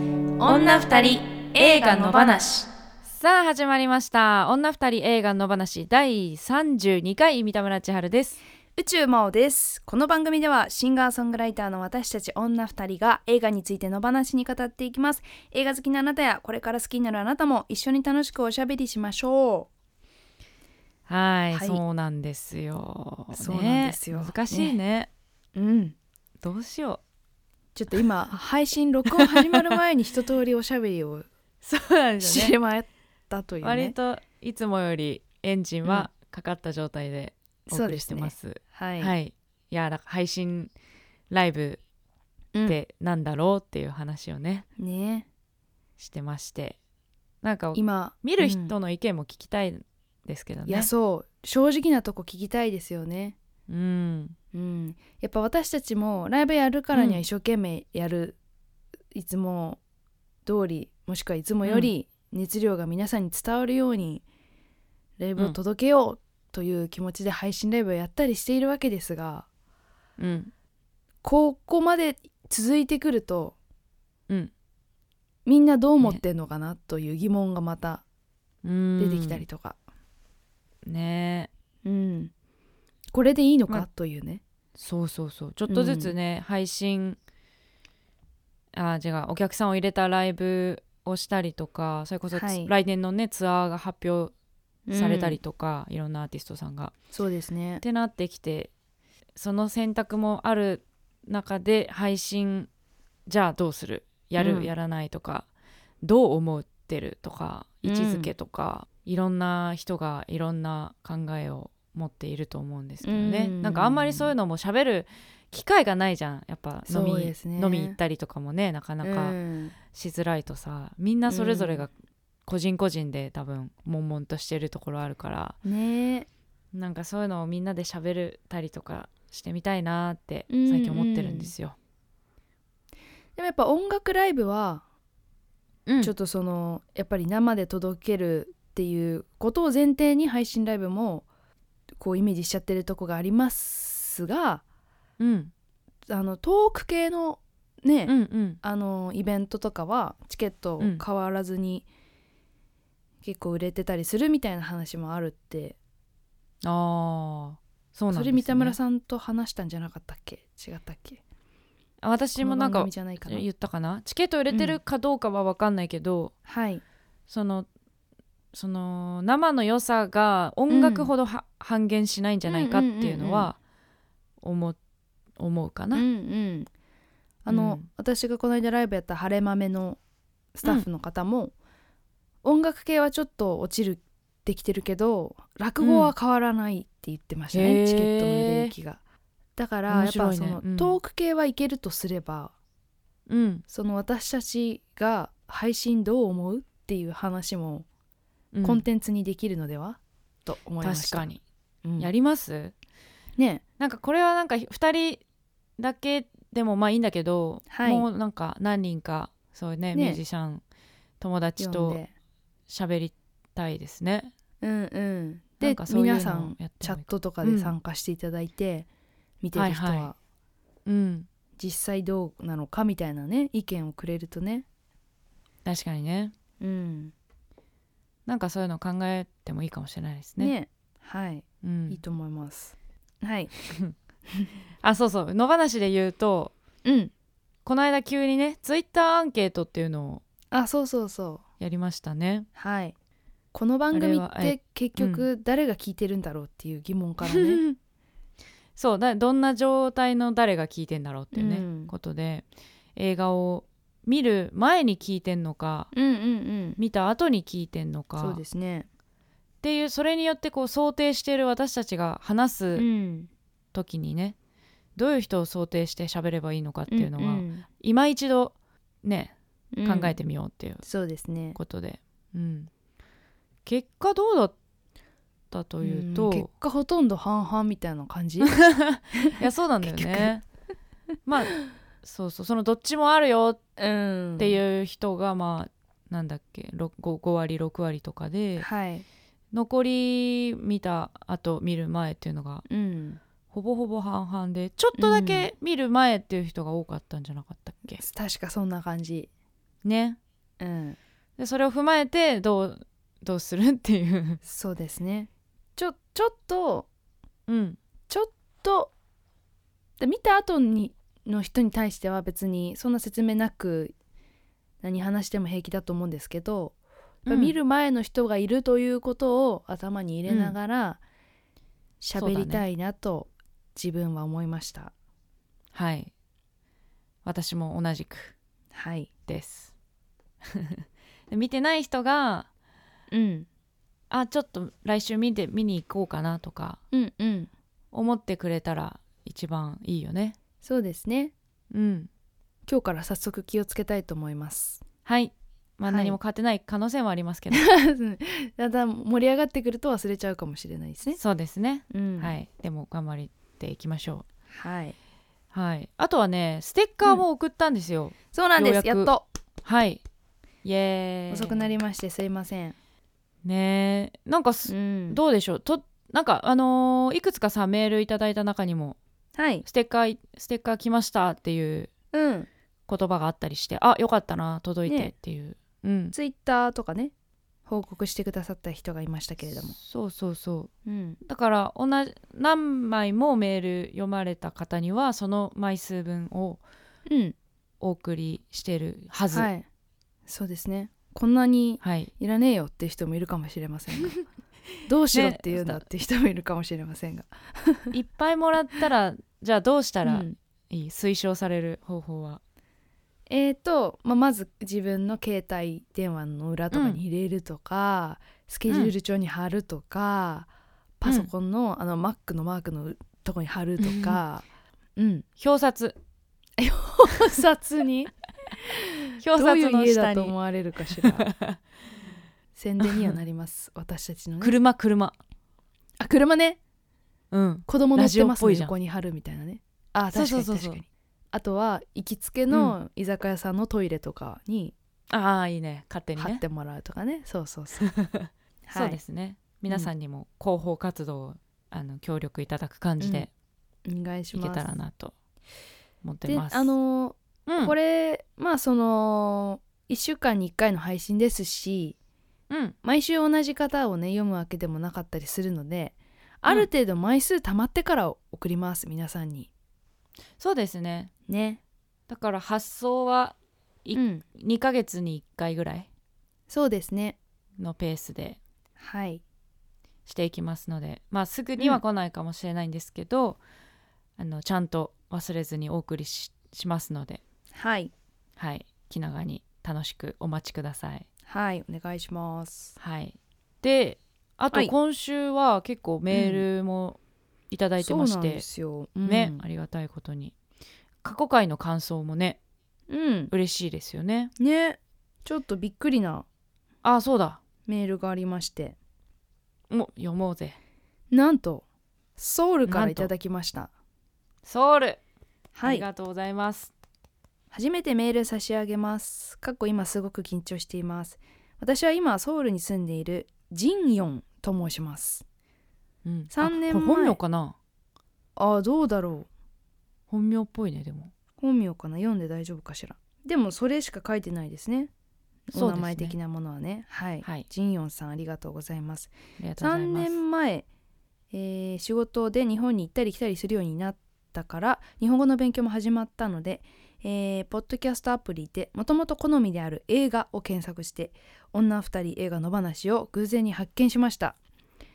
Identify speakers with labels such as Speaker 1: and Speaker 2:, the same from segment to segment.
Speaker 1: 女二人映画の話
Speaker 2: さあ始まりました女二人映画の話第32回三田村千春です
Speaker 1: 宇宙魔王ですこの番組ではシンガーソングライターの私たち女二人が映画についての話に語っていきます映画好きなあなたやこれから好きになるあなたも一緒に楽しくおしゃべりしましょ
Speaker 2: はい
Speaker 1: はい
Speaker 2: そうなんですよ
Speaker 1: そうなんですよ
Speaker 2: ね難しいね
Speaker 1: ううん
Speaker 2: どうしよ
Speaker 1: ちょっと今配信録音始まる前に一通りおしゃべりを
Speaker 2: うそうなんですよ
Speaker 1: し
Speaker 2: ね
Speaker 1: まったというね
Speaker 2: 割といつもよりエンジンはかかった状態でお
Speaker 1: そう
Speaker 2: 送
Speaker 1: で
Speaker 2: り
Speaker 1: す
Speaker 2: して
Speaker 1: ね
Speaker 2: ます,、
Speaker 1: はい、
Speaker 2: はいいやだから配信ライブってなんだろうっていう話をね
Speaker 1: ね
Speaker 2: してましてなんか
Speaker 1: 今
Speaker 2: 見る
Speaker 1: うん
Speaker 2: 人の意見も聞きたいですけど
Speaker 1: い
Speaker 2: ね
Speaker 1: やそう正直なとこ聞きたいですよね
Speaker 2: うん
Speaker 1: うん、やっぱ私たちもライブやるからに
Speaker 2: う
Speaker 1: は
Speaker 2: ん
Speaker 1: 一生懸命やる、いつも通りもしくはいつもより熱量が皆さんに伝わるようにライブを届けようという気持ちで配信ライブをやったりしているわけですが
Speaker 2: うん
Speaker 1: ここまで続いてくると
Speaker 2: うん
Speaker 1: みんなどう思ってんのかなという疑問がまた
Speaker 2: 出
Speaker 1: 出てきたりとか、
Speaker 2: ねえ
Speaker 1: うんこれでいいのか、
Speaker 2: ま
Speaker 1: というね。
Speaker 2: そうそうそうちょっとずつね、配信あ違うお客さんを入れたライブをしたりとかそれこそつ、
Speaker 1: はい
Speaker 2: 来年のねツアーが発表されたりとか、いろんなアーティストさんが。
Speaker 1: そうですね
Speaker 2: ってなってきてその選択もある中で配信じゃあどうするやる、
Speaker 1: うん
Speaker 2: やらないとかどう思ってるとか位置づけとか、いろんな人がいろんな考えを持っていると思うんですけどね、
Speaker 1: うん
Speaker 2: なんかあんまりそういうのも喋る機会がないじゃんやっぱ飲
Speaker 1: そう
Speaker 2: み,、
Speaker 1: ですね
Speaker 2: 飲み行ったりとかもねなかな
Speaker 1: う
Speaker 2: か
Speaker 1: ん
Speaker 2: しづらいとさ、みんなそれぞれ
Speaker 1: う
Speaker 2: が個人個人で多分悶々としてるところあるから。
Speaker 1: ねえ
Speaker 2: なんかそういうのをみんなで喋るたりとかしてみたいなって
Speaker 1: うん
Speaker 2: 最近思ってるんですよ。
Speaker 1: でもやっぱ音楽ライブは
Speaker 2: うん
Speaker 1: ちょっとそのやっぱり生で届けるっていうことを前提に配信ライブもこうイメージしちゃってるとこがありますが
Speaker 2: うん
Speaker 1: あのトーク系のね、
Speaker 2: うんうん
Speaker 1: あのイベントとかはチケット
Speaker 2: うん
Speaker 1: 変わらずに結構売れてたりするみたいな話もあるって
Speaker 2: ああそ
Speaker 1: そ,、
Speaker 2: うなんです、ね、
Speaker 1: れ三田村さんと話したんじゃなかったっけ違ったっけ
Speaker 2: ん私もなん
Speaker 1: この番
Speaker 2: か
Speaker 1: 組じゃないかな
Speaker 2: 言ったかなチケット売れてるかどうかは分かんないけど、
Speaker 1: はい
Speaker 2: そのその生の良さが音楽ほどは、半減しないんじゃないかっていうのは思,、思うかな。
Speaker 1: うんうんあの、
Speaker 2: うん
Speaker 1: 私がこの間ライブやった「晴れ豆」のスタッフの方も、音楽系はちょっと落ちるできてるけど落語は変わらないって言ってましたね、
Speaker 2: うん
Speaker 1: チケットの売れ行きが。だからや
Speaker 2: 面
Speaker 1: っぱ
Speaker 2: 白い
Speaker 1: そ
Speaker 2: ね
Speaker 1: の、
Speaker 2: うん
Speaker 1: トーク系はいけるとすれば
Speaker 2: うん
Speaker 1: その私たちが配信どう思うっていう話も
Speaker 2: うん
Speaker 1: コンテンツにできるのでは、と思いまし
Speaker 2: 確
Speaker 1: た。
Speaker 2: かに、
Speaker 1: うん
Speaker 2: やります
Speaker 1: ね
Speaker 2: なんかこれはなんか2人だけでもまあいいんだけど、
Speaker 1: はい
Speaker 2: もうなんか何人かそういうね
Speaker 1: ね
Speaker 2: ミュージシャン友達
Speaker 1: 読ん
Speaker 2: と
Speaker 1: で
Speaker 2: 喋りたいですね。
Speaker 1: うんうん、
Speaker 2: なん
Speaker 1: で
Speaker 2: かそういうの
Speaker 1: 皆さん
Speaker 2: やって
Speaker 1: チャ
Speaker 2: も
Speaker 1: ッ
Speaker 2: いいか
Speaker 1: トとかで参加していただいて、見てる人は、
Speaker 2: はいはうん、
Speaker 1: 実際どうなのかみたいなね意見をくれるとね、
Speaker 2: 確かにね
Speaker 1: うん、
Speaker 2: なんかそういうの考えてもいいかもしれないです
Speaker 1: ね
Speaker 2: ね。
Speaker 1: はい、
Speaker 2: う
Speaker 1: いい
Speaker 2: ん、
Speaker 1: と思いますはい
Speaker 2: あそうそう野放しで言うと
Speaker 1: うん
Speaker 2: この間急にねツイッターアンケートっていうのを
Speaker 1: あそうそうそう
Speaker 2: やりましたね。
Speaker 1: はいこの番組っ
Speaker 2: あれは
Speaker 1: て結局誰が聞いてるんだろうっていう疑問から ね、
Speaker 2: そうだどんな状態の誰が聞いてんだろうっていうね、
Speaker 1: うん
Speaker 2: ことで映画を見る前に聞いてんのか
Speaker 1: うんうん
Speaker 2: 見た後に聞いてんの
Speaker 1: そう
Speaker 2: かっ
Speaker 1: ですね
Speaker 2: ていうそれによってこう想定している私たちが話
Speaker 1: う
Speaker 2: す
Speaker 1: ん
Speaker 2: 時にね、どういう人を想定して喋ればいいのかっていうのは、
Speaker 1: ん
Speaker 2: 今一度ね
Speaker 1: うん
Speaker 2: 考えてみようっていう
Speaker 1: そうですね
Speaker 2: ことで、うん結果どうだったというと、
Speaker 1: ん結果ほとんど半々みたいな感じ
Speaker 2: いやそうなんだよね。まあそうそうそのどっちもあるよ
Speaker 1: うん
Speaker 2: って
Speaker 1: う
Speaker 2: いう人がまあなんだっけ 5, 割6割とかで
Speaker 1: はい
Speaker 2: 残り見た後見る前っていうのが
Speaker 1: うん
Speaker 2: ほぼほぼ半々でちょっとだけ見る前っていう人が多かったんじゃなかったっけ、
Speaker 1: 確かそんな感じ
Speaker 2: ね
Speaker 1: うん、
Speaker 2: でそれを踏まえてどうどうするっていう、
Speaker 1: そうですねちょちょっと
Speaker 2: うん、
Speaker 1: ちょっとで見た後にの人に対しては別にそんな説明なく何話しても平気だと思うんですけど、やっぱ見る前の人がいるということを頭に入れながら
Speaker 2: そう
Speaker 1: 喋
Speaker 2: だね
Speaker 1: りたいなと自分は思いました。
Speaker 2: はい私も同じく
Speaker 1: はい、
Speaker 2: です で見てない人が
Speaker 1: うん、
Speaker 2: あちょっと来週見て見に行こうかなとか
Speaker 1: うんうん
Speaker 2: 思ってくれたら一番いいよね
Speaker 1: そうですね
Speaker 2: うん
Speaker 1: 今日から早速気をつけたいと思います。
Speaker 2: はいまあ
Speaker 1: はい
Speaker 2: 何も変わってない可能性もありますけ ど、
Speaker 1: だんだん盛り上がってくると忘れちゃうかもしれないですね。
Speaker 2: そうですね、
Speaker 1: うん、
Speaker 2: は、いでも頑張っていきましょ
Speaker 1: はい、
Speaker 2: うはいあとはねステッカーも送ったんですよ、
Speaker 1: そうなんです
Speaker 2: よ
Speaker 1: や
Speaker 2: うや
Speaker 1: っ
Speaker 2: く
Speaker 1: と
Speaker 2: はいイエーイ
Speaker 1: 遅くなりましてすいません。
Speaker 2: ねえなんかす
Speaker 1: うん、
Speaker 2: どうでしょうとなんかあのーいくつかさメールいただいた中にも
Speaker 1: はい、
Speaker 2: ステッカーステッカー来ましたっていう
Speaker 1: うん、
Speaker 2: 言葉があったりしてあよかったな届いてっていう、うん
Speaker 1: ツイッターとかね報告してくださった人がいましたけれども、
Speaker 2: そうそうそ
Speaker 1: うん、
Speaker 2: うだから同じ何枚もメール読まれた方にはその枚数分を
Speaker 1: うん、
Speaker 2: お送りしてるはずは、
Speaker 1: はいい、そうですね。こんなにいらねえよって人もいるかもしれませ んが、どうしろっていうんだって人もいるかもしれませんが、
Speaker 2: いっぱいもらったらじゃあどうした
Speaker 1: う
Speaker 2: ら
Speaker 1: ん
Speaker 2: いい、推奨される方法は
Speaker 1: えーと、まあ、まず自分の携帯電話の裏とかに入れるとか、スケジュール帳に貼るとか、パソコンのあの Mac のマークのとこに貼るとか、うん、
Speaker 2: 表札
Speaker 1: 表札に
Speaker 2: 表
Speaker 1: ど
Speaker 2: 札
Speaker 1: ういう
Speaker 2: の
Speaker 1: 家
Speaker 2: 下
Speaker 1: だと
Speaker 2: に
Speaker 1: 思われるかしら宣伝にはなり ます私たちのね
Speaker 2: 車車
Speaker 1: あ車ね
Speaker 2: うん
Speaker 1: 子供乗って
Speaker 2: ラジオ
Speaker 1: ま
Speaker 2: っ
Speaker 1: す
Speaker 2: ぽ
Speaker 1: ね
Speaker 2: いじゃん
Speaker 1: 横に貼るみたいなねあ
Speaker 2: そう
Speaker 1: 確か
Speaker 2: そう
Speaker 1: に確かに
Speaker 2: そうそう
Speaker 1: あとは行きつけの居酒屋さんのトイレとかに
Speaker 2: ああいいね勝手に
Speaker 1: 貼っ
Speaker 2: ね
Speaker 1: てもらうとかねそうそう そうはい
Speaker 2: そうですね皆さんにも広報活動をあの協力いただく感じで
Speaker 1: お願いし
Speaker 2: いけ
Speaker 1: ます
Speaker 2: たらなと思って
Speaker 1: で
Speaker 2: ます、
Speaker 1: あのー
Speaker 2: うん
Speaker 1: これまあその1週間に1回の配信ですし
Speaker 2: うん
Speaker 1: 毎週同じ方をね読むわけでもなかったりするので
Speaker 2: うん
Speaker 1: ある程度枚数溜まってから送ります、皆さんに
Speaker 2: そうですね
Speaker 1: ね
Speaker 2: だから発送はいう
Speaker 1: うん、
Speaker 2: 2ヶ月に1回ぐらい
Speaker 1: そうですね
Speaker 2: のペースで
Speaker 1: はい
Speaker 2: していきますのでまあすぐには来ないかもしれないんですけど、あのちゃんと忘れずにお送りししますので
Speaker 1: はい
Speaker 2: はい気長に楽しくお待ちください
Speaker 1: はいお願いします
Speaker 2: はい、であと
Speaker 1: はい
Speaker 2: 今週は結構メールもいただいてまし
Speaker 1: そうなん
Speaker 2: て
Speaker 1: で、すよ、
Speaker 2: ね、ありがたいことに過去回の感想もね
Speaker 1: うん、
Speaker 2: 嬉しいですよね
Speaker 1: うん、ねちょっとびっくりな
Speaker 2: あそうだ
Speaker 1: メールがありまして
Speaker 2: もう読もうぜ
Speaker 1: なんとソウルか
Speaker 2: な
Speaker 1: ら
Speaker 2: ん
Speaker 1: い
Speaker 2: と
Speaker 1: ただきました
Speaker 2: ソウル、
Speaker 1: は
Speaker 2: あ
Speaker 1: い
Speaker 2: りがとうございます
Speaker 1: 初めてメール差し上げます。かっこ今すごく緊張しています。私は今ソウルに住んでいるジンヨンと申します。
Speaker 2: うん、
Speaker 1: 3
Speaker 2: あ
Speaker 1: 年前
Speaker 2: これ本名かな
Speaker 1: ああどうだろう。
Speaker 2: 本名っぽいねでも
Speaker 1: 本名かな読んで大丈夫かしら。でもそれしか書いてないですね。
Speaker 2: そう
Speaker 1: お名
Speaker 2: ですね
Speaker 1: 前的なものはね。はい。
Speaker 2: はい
Speaker 1: ジンヨンさんありがとうございます。
Speaker 2: ありがとうござい
Speaker 1: 3
Speaker 2: ます
Speaker 1: 年前、えー仕事で日本に行ったり来たりするようになったから日本語の勉強も始まったので、えーポッドキャストアプリでもともと好みである映画を検索して女2人映画の話を偶然に発見しました、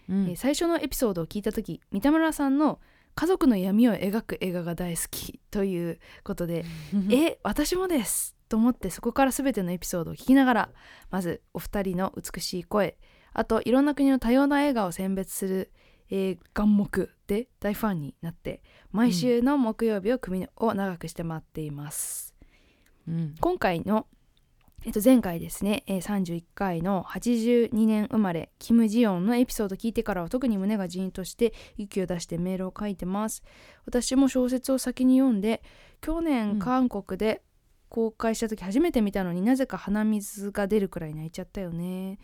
Speaker 2: うん
Speaker 1: えー最初のエピソードを聞いた時三田村さんの「家族の闇を描く映画が大好き」ということでえ私もですと思ってそこから全てのエピソードを聞きながらまずお二人の美しい声あといろんな国の多様な映画を選別する、えー眼目で大ファンになって毎週の木曜日を組を長くして待っています、
Speaker 2: うん
Speaker 1: 今回の、えっと、前回ですね、えー31回の82年生まれキム・ジヨンのエピソード聞いてからは特に胸がジーンとして息を出してメールを書いてます私も小説を先に読んで去
Speaker 2: うん
Speaker 1: 年韓国で公開した時初めて見たのになぜか鼻水が出るくらい泣いちゃったよね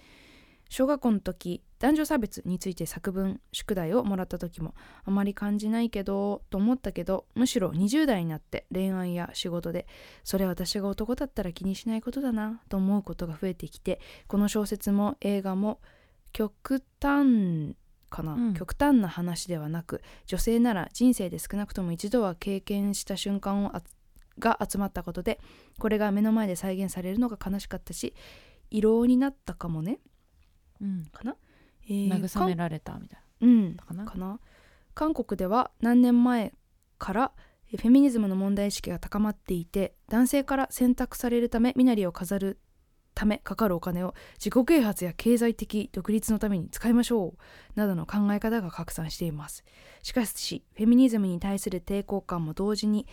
Speaker 1: 小学校の時男女差別について作文宿題をもらった時もあまり感じないけどと思ったけどむしろ20代になって恋愛や仕事でそれ私が男だったら気にしないことだなと思うことが増えてきてこの小説も映画も極端かな、
Speaker 2: うん
Speaker 1: 極端な話ではなく女性なら人生で少なくとも一度は経験した瞬間をあが集まったことでこれが目の前で再現されるのが悲しかったし慰労になったかもね
Speaker 2: うん、
Speaker 1: かな、えー
Speaker 2: 慰められたみたい
Speaker 1: かんうん
Speaker 2: なかな
Speaker 1: かな韓国では何年前からえフェミニズムの問題意識が高まっていて男性から選択されるため身なりを飾るためかかるお金を自己啓発や経済的独立のために使いましょうなどの考え方が拡散していますしかしフェミニズムに対する抵抗感も同時に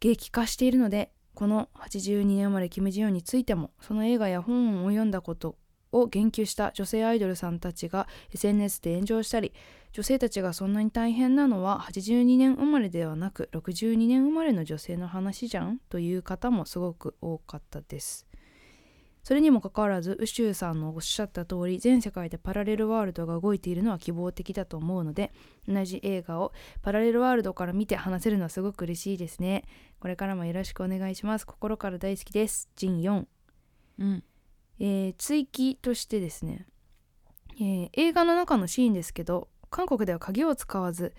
Speaker 1: 激化しているのでこの82年生まれキム・ジヨンについてもその映画や本を読んだことを言及した女性アイドルさんたちが SNS で炎上したり女性たちがそんなに大変なのは82年生まれではなく62年生まれの女性の話じゃんという方もすごく多かったですそれにもかかわらず宇宙さんのおっしゃった通り全世界でパラレルワールドが動いているのは希望的だと思うので同じ映画をパラレルワールドから見て話せるのはすごく嬉しいですねこれからもよろしくお願いします心から大好きですジン4
Speaker 2: うん
Speaker 1: えー追記としてですね、えー映画の中のシーンですけど韓国では鍵を使わず、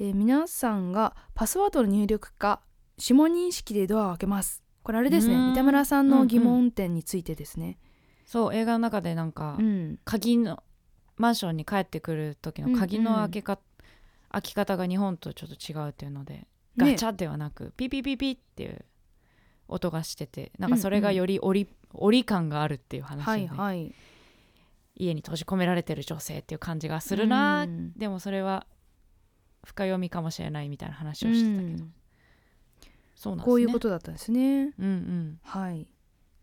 Speaker 1: えー皆さんがパスワードの入力か指紋認識でドアを開けますこれあれですね
Speaker 2: うーん
Speaker 1: 三田村さんの疑問点についてですね
Speaker 2: そう映画の中でなんか、
Speaker 1: うん
Speaker 2: 鍵のマンションに帰ってくる時の鍵の開けか、開き方が日本とちょっと違うっていうのでガチ
Speaker 1: ャ
Speaker 2: ャではなく、ピピピピっていう音がしててなんかそれがより折り,、折り感があるっていう話
Speaker 1: は
Speaker 2: で、
Speaker 1: いはい
Speaker 2: 家に閉じ込められてる女性っていう感じがするな、
Speaker 1: うん
Speaker 2: でもそれは深読みかもしれないみたいな話をしてたけど、
Speaker 1: うん
Speaker 2: そうなんですね
Speaker 1: こういうことだったんですね
Speaker 2: うんうん
Speaker 1: はい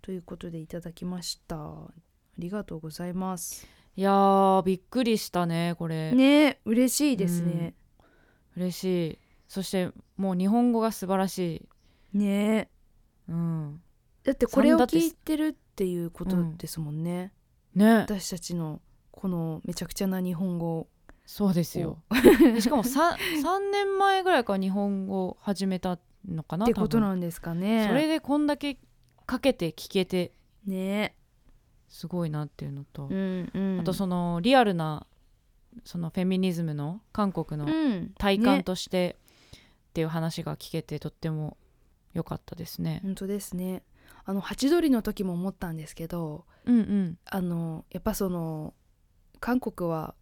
Speaker 1: ということでいただきましたありがとうございます
Speaker 2: いやーびっくりしたねこれ
Speaker 1: ね嬉しいですね、
Speaker 2: 嬉しいそしてもう日本語が素晴らしい
Speaker 1: ね
Speaker 2: うん
Speaker 1: だってこれを聞いてるっていうことですもんね、
Speaker 2: ね
Speaker 1: 私たちのこのめちゃくちゃな日本語
Speaker 2: そうですよしかも 3, 3年前ぐらいから日本語を始めたのかな
Speaker 1: ってこと
Speaker 2: ん
Speaker 1: なんですかね。
Speaker 2: それでこんだけかけて聞けて
Speaker 1: ね、
Speaker 2: すごいなっていうの
Speaker 1: う
Speaker 2: と、
Speaker 1: んうん、
Speaker 2: あとそのリアルなそのフェミニズムの韓国の
Speaker 1: うん
Speaker 2: 体感
Speaker 1: ね、
Speaker 2: として、っていう話が聞けてとっても良かったですね。
Speaker 1: 本当ですね。あのハチドリの時も思ったんですけど、
Speaker 2: うんうん
Speaker 1: あのやっぱその韓国は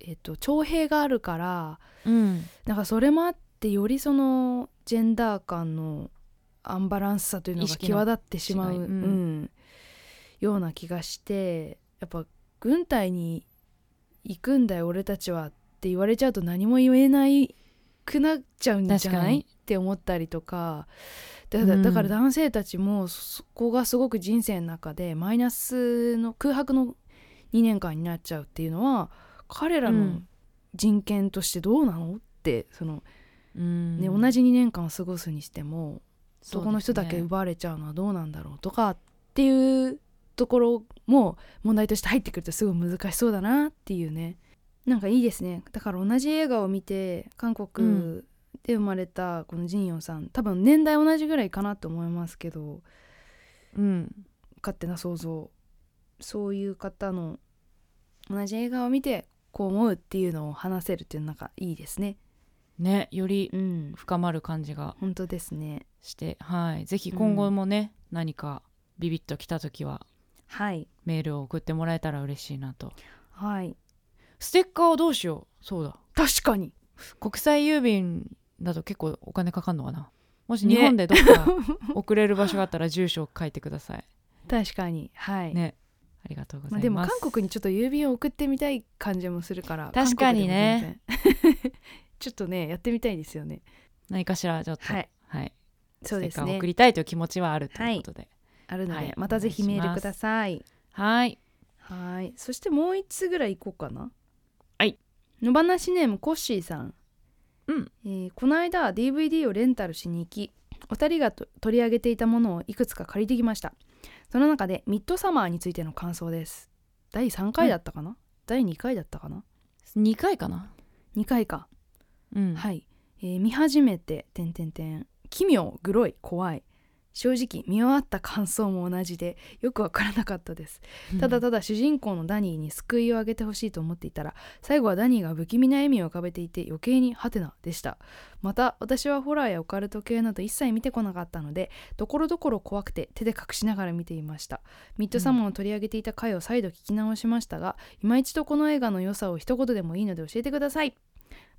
Speaker 1: えっ、と徴兵があるから、
Speaker 2: うん
Speaker 1: なんかそれもあってよりそのジェンダー間のアンバランスさというの
Speaker 2: 意
Speaker 1: が
Speaker 2: 識の
Speaker 1: 際立ってしまう、
Speaker 2: 違いうん
Speaker 1: うんような気がしてやっぱ軍隊に行くんだよ俺たちはって言われちゃうと何も言えないくなっちゃうんじゃ
Speaker 2: 確か
Speaker 1: な
Speaker 2: に
Speaker 1: いって思ったりとかだだ
Speaker 2: うん
Speaker 1: だから男性たちもそこがすごく人生の中でマイナスの空白の2年間になっちゃうっていうのは彼ら
Speaker 2: う
Speaker 1: の
Speaker 2: ん
Speaker 1: 人権としてどうなのってその、
Speaker 2: うん
Speaker 1: ね同じ2年間を過ごすにしても
Speaker 2: そうですね
Speaker 1: 男の人だけ奪われちゃうのはどうなんだろうとかっていうところも問題として入ってくるとすごい難しそうだなっていうねなんかいいですねだから同じ映画を見て韓
Speaker 2: う
Speaker 1: 国で生まれたこのジンヨンさん、多分年代同じぐらいかなと思いますけど
Speaker 2: うん
Speaker 1: 勝手な想像そういう方の同じ映画を見てこう思うっていうのを話せるっていうのなんかいいですね
Speaker 2: ねより
Speaker 1: うん
Speaker 2: 深まる感じが
Speaker 1: 本当ですね
Speaker 2: して、はい、ぜひ今後もね、何かビビッときた時は
Speaker 1: はい
Speaker 2: メールを送ってもらえたら嬉しいなと
Speaker 1: はい
Speaker 2: ステッカーをどうしようそうだ
Speaker 1: 確かに
Speaker 2: 国際郵便だと結構お金かかるのかなもし
Speaker 1: ね
Speaker 2: 日本でどっか送れる場所があったら住所を書いてくださ い、
Speaker 1: 確かにはい、
Speaker 2: ねありがとうござ
Speaker 1: ま
Speaker 2: いま
Speaker 1: あ、
Speaker 2: す、
Speaker 1: でも韓国にちょっと郵便を送ってみたい感じもするから
Speaker 2: 確かにね
Speaker 1: 韓国でも全然 ちょっとねやってみたいですよね
Speaker 2: 何かしらちょっとは、
Speaker 1: はいいそうです
Speaker 2: ステッカーを
Speaker 1: ね
Speaker 2: 送りたいという気持ちはあるということで
Speaker 1: あるので、
Speaker 2: はい
Speaker 1: またぜひ
Speaker 2: お願い
Speaker 1: メ
Speaker 2: します
Speaker 1: ールください
Speaker 2: はい
Speaker 1: はいそしてもう一つぐらい行こうかな
Speaker 2: はい
Speaker 1: 野放しネームコッシーさん
Speaker 2: うん
Speaker 1: えーこの間 DVD をレンタルしに行きお二人がと取り上げていたものをいくつか借りてきましたその中でミッドサマーについての感想です第3回だったかな、第2回だったかな
Speaker 2: 2回かな、
Speaker 1: 2回か、
Speaker 2: うん、
Speaker 1: はい、えー見始めて「てんてんてん」「奇妙グロい怖い」正直見終わった感想も同じでよくわからなかったですただただ主人公のダニーに救いをあげてほしいと思っていたら最後はダニーが不気味な笑みを浮かべていて余計にハテナでしたまた私はホラーやオカルト系など一切見てこなかったのでところどころ怖くて手で隠しながら見ていましたミッドサマーを取り上げていた回を再度聞き直しましたが今一度この映画の良さを一言でもいいので教えてください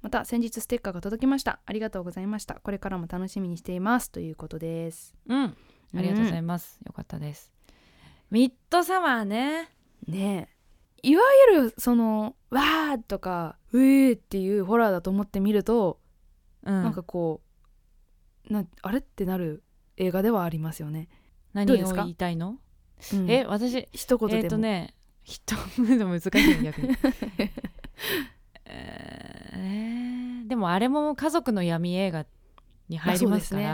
Speaker 1: また先日ステッカーが届きましたありがとうございましたこれからも楽しみにしていますということです
Speaker 2: うん、ありがとうございます、よかったですミッドサマーね
Speaker 1: ねえいわゆるその「わー」とか「うえー」っていうホラーだと思ってみると、
Speaker 2: うん
Speaker 1: なんかこうなあれってなる映画ではありますよね。どう
Speaker 2: 何
Speaker 1: で
Speaker 2: を
Speaker 1: すか
Speaker 2: 言いたいの、
Speaker 1: うん
Speaker 2: え私
Speaker 1: 一言でも、
Speaker 2: えっ、とね一言でも難しいね 逆にえーでもあれも家族の闇映画に
Speaker 1: まあ
Speaker 2: 入り
Speaker 1: そう
Speaker 2: ますから
Speaker 1: ですね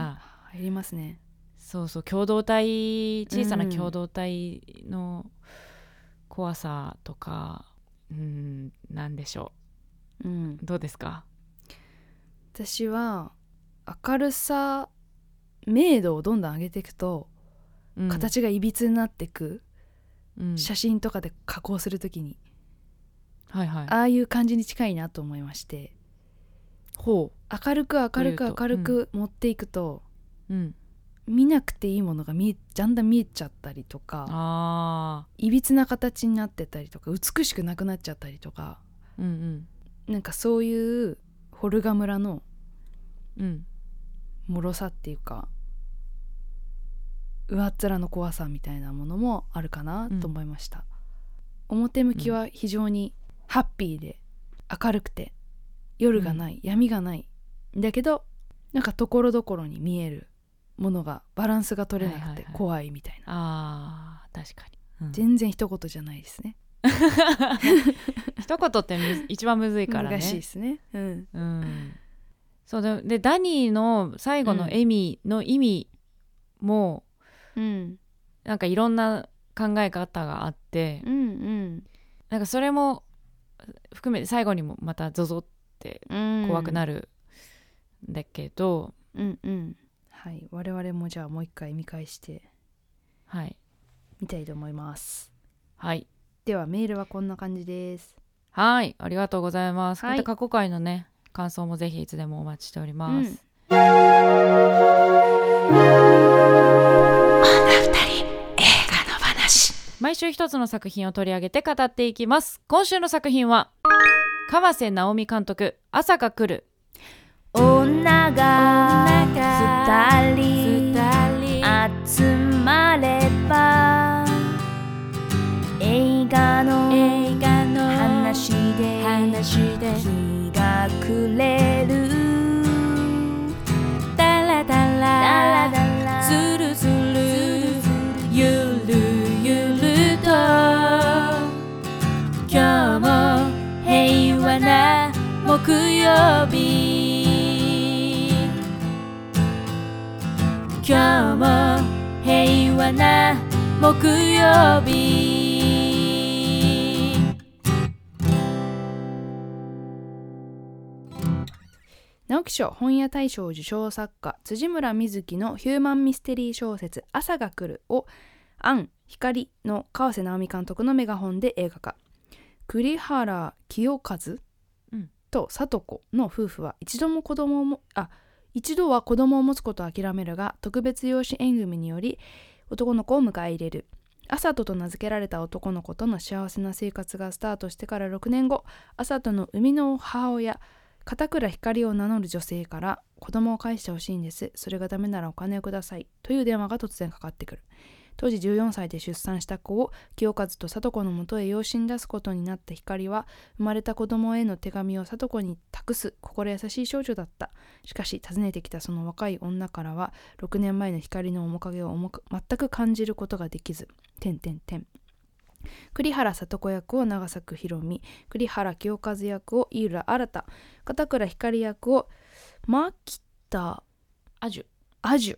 Speaker 1: 入りますね。
Speaker 2: そう,、そう共同体小さな共同体の怖さとかうんなんでしょ
Speaker 1: うん
Speaker 2: うどうですか
Speaker 1: 私は明るさ明度をどんどん上げていくと、
Speaker 2: うん
Speaker 1: 形がいびつになっていく、
Speaker 2: うん
Speaker 1: 写真とかで加工するときに
Speaker 2: はいはい
Speaker 1: ああいう感じに近いなと思いまして
Speaker 2: ほ
Speaker 1: 明るく明る
Speaker 2: という
Speaker 1: く
Speaker 2: と
Speaker 1: 明るく持っていくと、
Speaker 2: う、うん、
Speaker 1: 見なくていいものが見えだんだん見えちゃったりとか
Speaker 2: あ
Speaker 1: いびつな形になってたりとか美しくなくなっちゃったりとか
Speaker 2: ーうん
Speaker 1: なんかそういうホルガ村の
Speaker 2: うんうん
Speaker 1: 脆さっていうか上っ面の怖さみたいなものもあるかなと思いました、表向きは非常にハッピーで明るくて夜がない、闇がないんだけどなんかところどころに見えるものがバランスが取れなく
Speaker 2: はいはい
Speaker 1: て
Speaker 2: はい
Speaker 1: 怖いみたいな、
Speaker 2: あー確かに、うん
Speaker 1: 全然一言じゃないですね
Speaker 2: 一言ってむず一番むずいからね
Speaker 1: 難しいですねうん
Speaker 2: うん、そうででダニーの最後の笑みの意味
Speaker 1: う
Speaker 2: も、
Speaker 1: ん
Speaker 2: なんかいろんな考え方があって、
Speaker 1: うんうん
Speaker 2: なんかそれも含めて最後にもまたゾゾって
Speaker 1: うん
Speaker 2: 怖くな
Speaker 1: る
Speaker 2: るんだけど、
Speaker 1: うんうんはい我々もじゃあもう一回見返して
Speaker 2: はい
Speaker 1: みたいと思います
Speaker 2: はい
Speaker 1: ではメールはこんな感じです
Speaker 2: はいありがとうございます、
Speaker 1: はい
Speaker 2: また過去回のね感想もぜひいつでもお待ちしております、
Speaker 1: うん
Speaker 2: 毎週一つの作品を取り上げて語っていきます今週の作品は川瀬直美監督朝が来る
Speaker 3: 女が二人集まれば映画の話で日が暮れるダラダラズルズルゆるゆると今日も平和な木曜日今日も平和な木曜日
Speaker 1: 直木賞本屋大賞受賞作家辻村瑞希のヒューマンミステリー小説「朝が来る」を「アン・光」の川瀬直美監督のメガホンで映画化栗原清和
Speaker 2: うん
Speaker 1: と里子の夫婦は一度も子供をもあ一度は子供を持つことを諦めるが特別養子縁組により男の子を迎え入れる朝とと名付けられた男の子との幸せな生活がスタートしてから6年後朝との生みの母親片倉光を名乗る女性から子供を返してほしいんですそれがダメならお金をくださいという電話が突然かかってくる当時14歳で出産した子を清和と聡子のもとへ養子に出すことになった光は生まれた子供への手紙を聡子に託す心優しい少女だったしかし訪ねてきたその若い女からは6年前の光の面影を重く全く感じることができず点点点栗原聡子役を長作ひろみ栗原清和役を井浦新片倉光役を牧田
Speaker 2: アジュ
Speaker 1: アジュ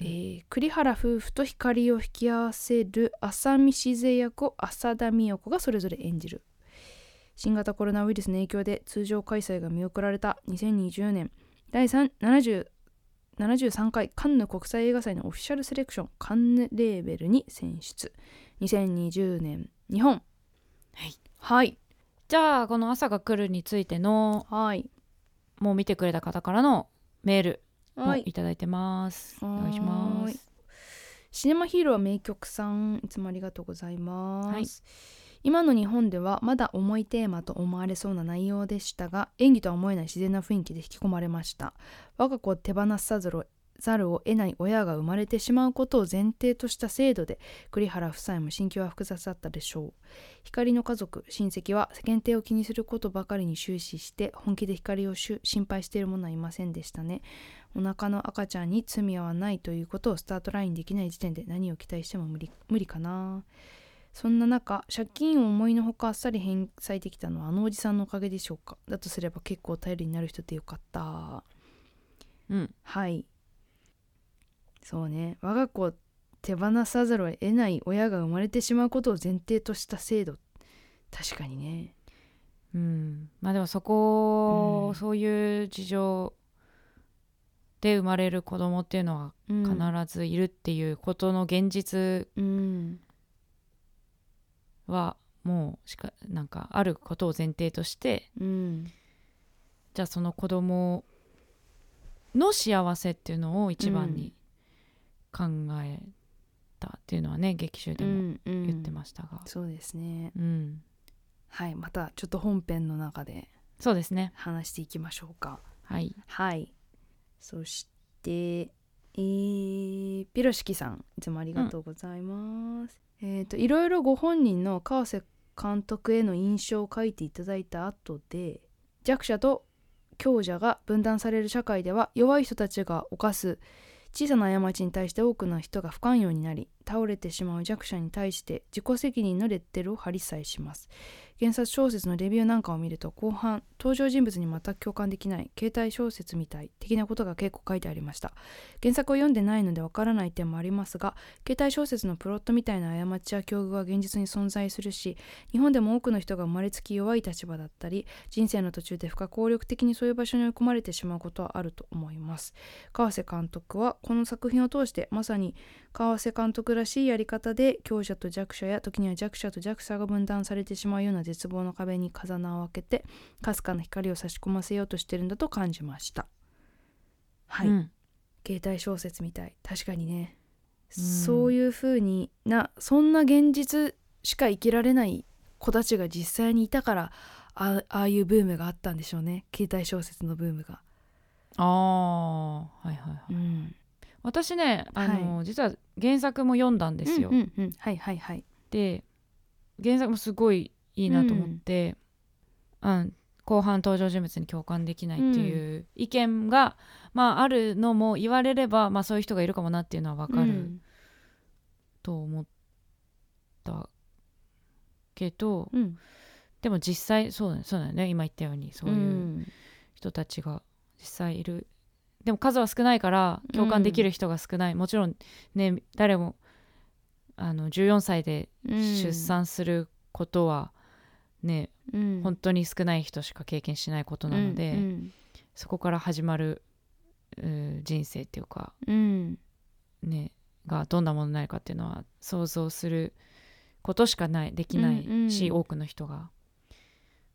Speaker 1: えー栗原夫婦と光を引き合わせる浅見静江役を浅田美代子がそれぞれ演じる新型コロナウイルスの影響で通常開催が見送られた2020年第3 70 73回カンヌ国際映画祭のオフィシャルセレクションカンヌレーベルに選出2020年日本
Speaker 2: はい
Speaker 1: はい
Speaker 2: じゃあこの「朝が来る」についての
Speaker 1: はい
Speaker 2: もう見てくれた方からのメールも
Speaker 1: はい
Speaker 2: いただいてます、
Speaker 1: はーい
Speaker 2: お願いします
Speaker 1: シネマヒーローは名曲さんいつもありがとうございます、今の日本ではまだ重いテーマと思われそうな内容でしたが演技とは思えない自然な雰囲気で引き込まれました我が子を手放さざるをざるを得ない親が生まれてしまうことを前提とした制度で栗原夫妻も心境は複雑だったでしょう光の家族親戚は世間体を気にすることばかりに終始して本気で光をしゅ心配している者はいませんでしたねお腹の赤ちゃんに罪はないということをスタートラインにできない時点で何を期待しても無理無理かなそんな中借金を思いのほかあっさり返済できたのはあのおじさんのおかげでしょうかだとすれば結構頼りになる人でよかった
Speaker 2: うん
Speaker 1: はいそうね我が子を手放さざるを得ない親が生まれてしまうことを前提とした制度確かにね
Speaker 2: うん、まあでもそこ、
Speaker 1: うん
Speaker 2: そういう事情で生まれる子供っていうのは
Speaker 1: うん
Speaker 2: 必ずいるっていうことの現実
Speaker 1: うん
Speaker 2: はもうしかなんかあることを前提として
Speaker 1: うん
Speaker 2: じゃあその子供の幸せっていうのを一番に考えたっていうのはね、劇中でも言っ
Speaker 1: す
Speaker 2: てましたが、
Speaker 1: そうですね
Speaker 2: うん
Speaker 1: はいまたちょっと本編の中で
Speaker 2: そうですね
Speaker 1: 話していきましょうか
Speaker 2: はい
Speaker 1: はいそしてえーピロシキさんいつもありがとうございます、えっ、といろいろご本人の川瀬監督への印象を書いていただいた後で弱者と強者が分断される社会では弱い人たちが犯す小さな過ちに対して多くの人が不寛容になり倒れてしまう弱者に対して自己責任のレッテルを張りさえします原作小説のレビューなんかを見ると後半登場人物に全く共感できない携帯小説みたい的なことが結構書いてありました原作を読んでないのでわからない点もありますが携帯小説のプロットみたいな過ちや境遇は現実に存在するし日本でも多くの人が生まれつき弱い立場だったり人生の途中で不可抗力的にそういう場所に追い込まれてしまうことはあると思います川瀬監督はこの作品を通してまさに川瀬監督らしいやり方で強者と弱者や時には弱者と弱者が分断されてしまうような絶望の壁に風穴を開けてかすかな光を差し込ませようとしてるんだと感じましたはい、
Speaker 2: うん
Speaker 1: 携帯小説みたい確かにね、
Speaker 2: うん
Speaker 1: そういう風になそんな現実しか生きられない子たちが実際にいたからあああいうブームがあったんでしょうね携帯小説のブームが、
Speaker 2: あーはいはいは
Speaker 1: う
Speaker 2: い
Speaker 1: ん、
Speaker 2: 私ねあの、実は原作も読んだんですよ、
Speaker 1: うんうんうんはいはいはい
Speaker 2: で原作もすごいいいなと思って、うん後半登場人物に共感できないっていう意見が、まあ、あるのも言われれば、まあ、そういう人がいるかもなっていうのは分か
Speaker 1: う
Speaker 2: る
Speaker 1: ん
Speaker 2: と思ったけど、
Speaker 1: うん
Speaker 2: でも実際そうだねそうだよね今言ったようにそういううん人たちが実際いる、でも数は少ないから共感できる人が少ない、もちろんね誰もあの14歳で出産することはね、
Speaker 1: うん
Speaker 2: 本当に少ない人しか経験しないことなので、
Speaker 1: うん
Speaker 2: そこから始まるうー人生っていうか
Speaker 1: うん
Speaker 2: ねがどんなものになるかっていうのは想像することしかないできな
Speaker 1: うんう
Speaker 2: い
Speaker 1: ん
Speaker 2: し、多くの人が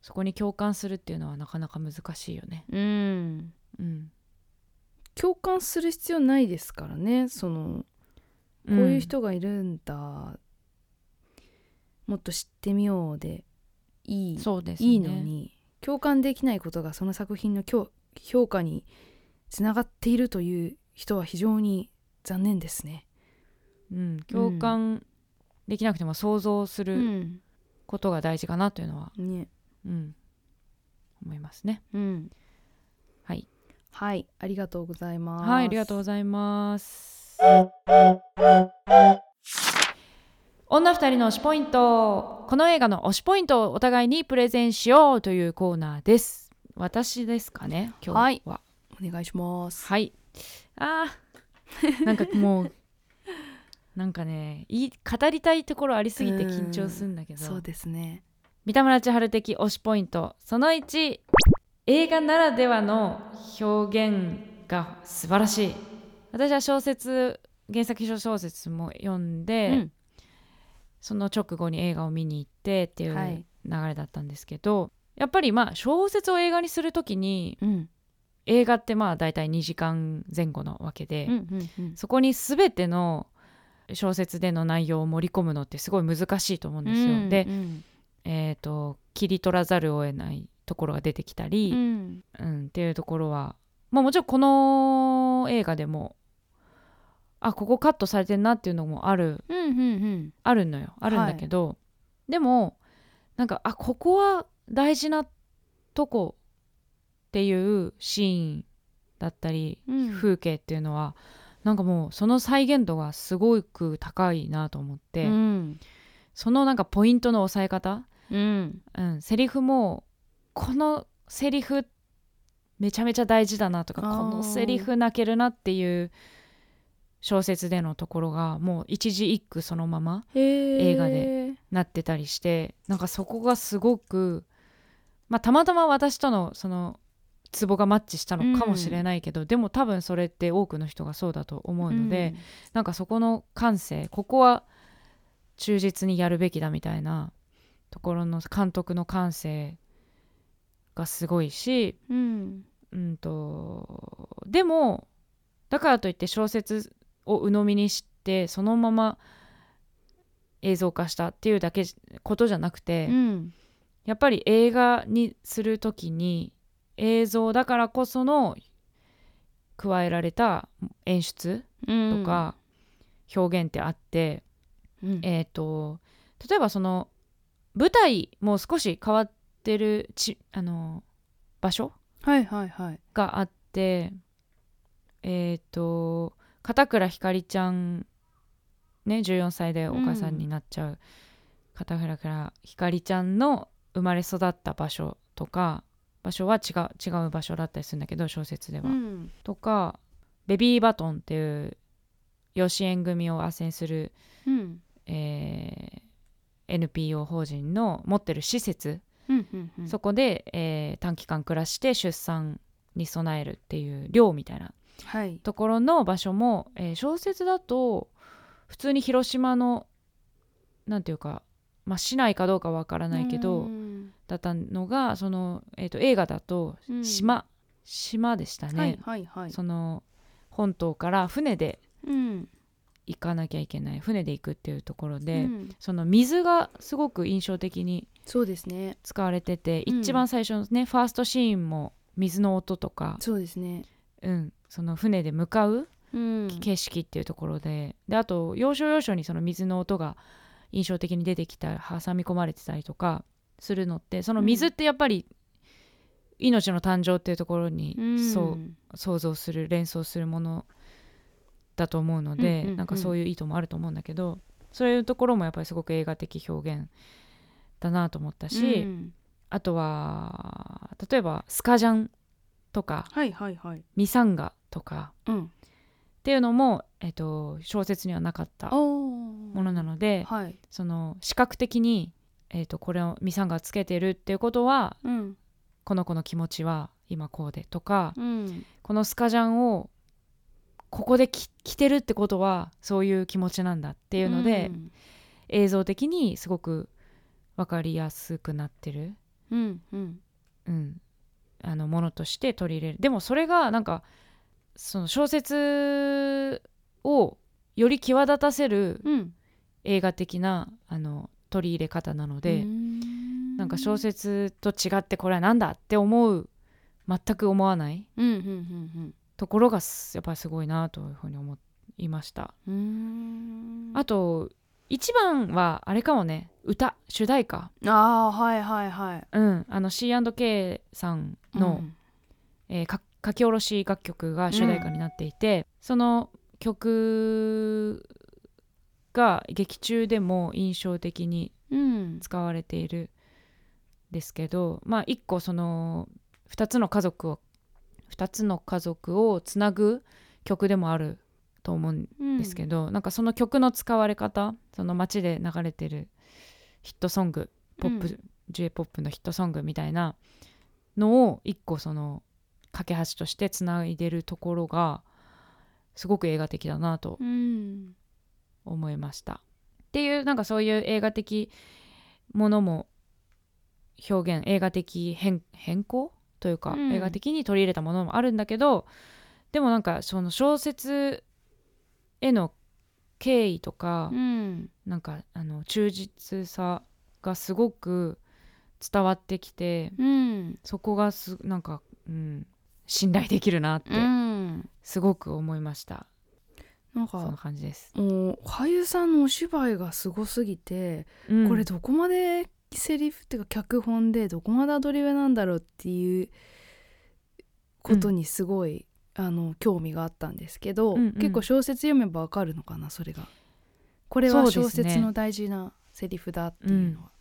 Speaker 2: そこに共感するっていうのはなかなか難しいよね。
Speaker 1: うん
Speaker 2: うん、
Speaker 1: 共感する必要ないですからねそのこういう人がいるんだ、もっと知ってみようでいい
Speaker 2: うんそうです、ね、
Speaker 1: いいのに共感できないことがその作品の評評価につながっているという人は非常に残念ですね。
Speaker 2: うん、共感できなくても想像す
Speaker 1: う
Speaker 2: る
Speaker 1: ん、
Speaker 2: ことが大事かなというのは、
Speaker 1: ね、
Speaker 2: うん、思いますね。
Speaker 1: うん、
Speaker 2: はい
Speaker 1: はいありがとうございます。
Speaker 2: はい、ありがとうございます。女二人の推しポイント。この映画の推しポイントをお互いにプレゼンしようというコーナーです。私ですかね、今日は。
Speaker 1: はいお願いします。
Speaker 2: はいあ ーなんかもうなんかねいい語りたいところありすぎて緊張するんだけど
Speaker 1: そうですね
Speaker 2: 三田村千春的推しポイントその1映画ならではの表現が素晴らしい私は小説原作小説も読んで、
Speaker 1: うん
Speaker 2: その直後に映画を見に行ってっていう
Speaker 1: はい
Speaker 2: 流れだったんですけど、やっぱりまあ小説を映画にする時に
Speaker 1: うん
Speaker 2: 映画ってまあ大体2時間前後のわけで、
Speaker 1: うんうんうん
Speaker 2: そこに全ての小説での内容を盛り込むのってすごい難しいと思うんですよ。
Speaker 1: うん
Speaker 2: で
Speaker 1: う、ん
Speaker 2: えー、と切り取らざるを得ないところが出てきたり、
Speaker 1: うん
Speaker 2: うん、っていうところは、まあ、もちろんこの映画でもあここカットされてんなっていうのもある
Speaker 1: うんうん
Speaker 2: あるのよあるんだけど、でもなんかあここは大事なとこっていうシーンだったり、
Speaker 1: うん
Speaker 2: 風景っていうのはなんかもうその再現度がすごく高いなと思って、
Speaker 1: うん
Speaker 2: そのなんかポイントの押さえ方
Speaker 1: うん
Speaker 2: うん、セリフもこのセリフめちゃめちゃ大事だなとかこ
Speaker 1: あー
Speaker 2: のセリフ泣けるなっていう小説でのところがもう一字一句そのまま
Speaker 1: 映
Speaker 2: 画でなってたりしてなんかそこがすごく、まあ、たまたま私とのそのツボがマッチしたのかもしれないけど、でも多分それって多くの人がそうだと思うので、なんかそこの感性ここは忠実にやるべきだみたいなところの監督の感性がすごいし、
Speaker 1: うん
Speaker 2: うん、とでもだからといって小説を鵜呑みにしてそのまま映像化したっていうだけじことじゃなくて、
Speaker 1: うん
Speaker 2: やっぱり映画にする時に映像だからこその加えられた演出
Speaker 1: うん
Speaker 2: とか表現ってあって。
Speaker 1: うん
Speaker 2: えー、と例えばその舞台も少し変わってるちあの場所
Speaker 1: はいはいはい
Speaker 2: があってえっ、と片倉ひかりちゃんね14歳でお母さんになっちゃう、片倉ひかりちゃんの生まれ育った場所とか場所は違う違う場所だったりするんだけど小説では。
Speaker 1: うん
Speaker 2: とか「ベビーバトン」っていう養子縁組を斡旋する
Speaker 1: うん
Speaker 2: えー NPO 法人の持ってる施設、
Speaker 1: うんうんうん
Speaker 2: そこで、えー短期間暮らして出産に備えるっていう寮みたいな
Speaker 1: はい
Speaker 2: ところの場所も、えー小説だと普通に広島のなんていうか、まあ、市内かどうかわからないけど、
Speaker 1: うん
Speaker 2: だったのがその、えー、と映画だと
Speaker 1: うん
Speaker 2: 島、島でしたね、
Speaker 1: はいはいはい
Speaker 2: その本島から船で
Speaker 1: うん
Speaker 2: 行かなきゃいけない船で行くっていうところで。
Speaker 1: うん
Speaker 2: その水がすごく印象的に
Speaker 1: そうですね
Speaker 2: 使われてて、
Speaker 1: うん
Speaker 2: 一番最初のねファーストシーンも水の音とか、
Speaker 1: そうですね
Speaker 2: うん、その船で向かう
Speaker 1: うん
Speaker 2: 景色っていうところで,、であと要所要所にその水の音が印象的に出てきた挟み込まれてたりとかするのってその水ってやっぱり命の誕生っていうところに、そう想像する連想するものだと思うので、
Speaker 1: うんうんうん
Speaker 2: なんかそういう意図もあると思うんだけどそういうところもやっぱりすごく映画的表現だなと思った
Speaker 1: う
Speaker 2: し、
Speaker 1: ん
Speaker 2: あとは例えばスカジャンとか
Speaker 1: はいはいはい
Speaker 2: ミサンガとか
Speaker 1: うん
Speaker 2: っていうのも、えっと小説にはなかったも
Speaker 1: お
Speaker 2: のなので
Speaker 1: はい
Speaker 2: その視覚的に、えっとこれをミサンガつけてるっていうことは
Speaker 1: うん
Speaker 2: この子の気持ちは今こうでとか、
Speaker 1: うん
Speaker 2: このスカジャンをここでき着てるってことはそういう気持ちなんだっていうので、映像的にすごく分かりやすくなってる、
Speaker 1: うんうん
Speaker 2: うん、あのものとして取り入れるでもそれがなんかその小説をより際立たせる
Speaker 1: うん
Speaker 2: 映画的なあの取り入れ方なので、なんか小説と違ってこれは何だって思う全く思わない
Speaker 1: うんうんうん
Speaker 2: ところがすやっぱりすごいなというふうに思いました。
Speaker 1: うんうん
Speaker 2: あと一番はあれかもね歌主題歌
Speaker 1: ああはいはいはい
Speaker 2: うんあの C&K さんの、えーか書き下ろし楽曲が主題歌になっていて、その曲が劇中でも印象的に
Speaker 1: うん
Speaker 2: 使われているんですけどまあ一個その2つの家族を2つの家族をつなぐ曲でもあると思うん
Speaker 1: うん
Speaker 2: ですけど、なんかその曲の使われ方その街で流れてるヒットソングポップ、
Speaker 1: うん
Speaker 2: j p o p のヒットソングみたいなのを一個その架け橋としてつないでるところがすごく映画的だなと
Speaker 1: うん
Speaker 2: 思いました。っていうなんかそういう映画的ものも表現映画的変変更というか、
Speaker 1: うん
Speaker 2: 映画的に取り入れたものもあるんだけどでもなんかその小説への敬意とか、
Speaker 1: うん
Speaker 2: なんかあの忠実さがすごく伝わってきて
Speaker 1: うん
Speaker 2: そこがすなんか、うん、信頼できるなって
Speaker 1: うん
Speaker 2: すごく思いました、
Speaker 1: なん
Speaker 2: そんな
Speaker 1: か
Speaker 2: 感じです。
Speaker 1: もう俳優さんのお芝居がすごすぎて、
Speaker 2: うん
Speaker 1: これどこまでセリフっていうか脚本でどこまでアドリブなんだろうっていうことにすごい、あの興味があったんですけど、
Speaker 2: うんうん
Speaker 1: 結構小説読めばわかるのかなそれが。これ
Speaker 2: そ
Speaker 1: は
Speaker 2: うですね
Speaker 1: 小説の大事なセリフだっていうのは。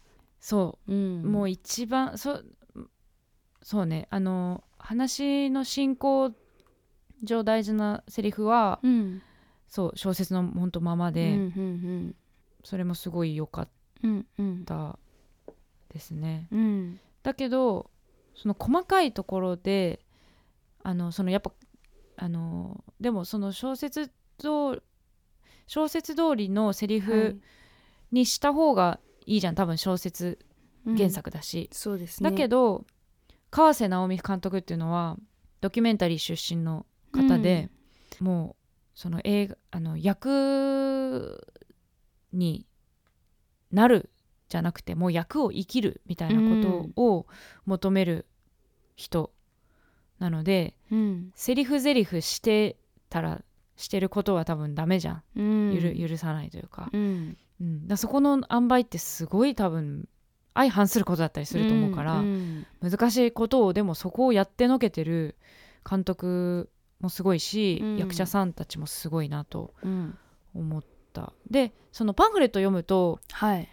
Speaker 2: そう
Speaker 1: うん
Speaker 2: もう一番そそうねあの話の進行上大事なセリフは、
Speaker 1: うん
Speaker 2: そう小説のほんとままで、
Speaker 1: うんうん
Speaker 2: それもすごい良かっ
Speaker 1: うんうん
Speaker 2: たですね。
Speaker 1: うん
Speaker 2: だけどその細かいところであのそのやっぱあのでもその小説と小説通りのセリフにした方がいいじゃん、多分小説
Speaker 1: はい
Speaker 2: 原作だし、
Speaker 1: うんそうですね。
Speaker 2: だけど、川瀬直美監督っていうのはドキュメンタリー出身の方で、もうその映画あの役になるじゃなくてもう役を生きるみたいなことを求める人なので、
Speaker 1: うん、
Speaker 2: セリフゼリフしてたらしてることは多分ダメじゃん、
Speaker 1: うん、
Speaker 2: ゆる許さないというか,、
Speaker 1: うん、
Speaker 2: うん、だからそこの塩梅ってすごい多分相反することだったりすると思うから。
Speaker 1: ん
Speaker 2: 難しいことをでもそこをやってのけてる監督もすごいし、
Speaker 1: うん
Speaker 2: 役者さんたちもすごいなと
Speaker 1: うん、
Speaker 2: 思ったでそのパンフレット読むと
Speaker 1: はい、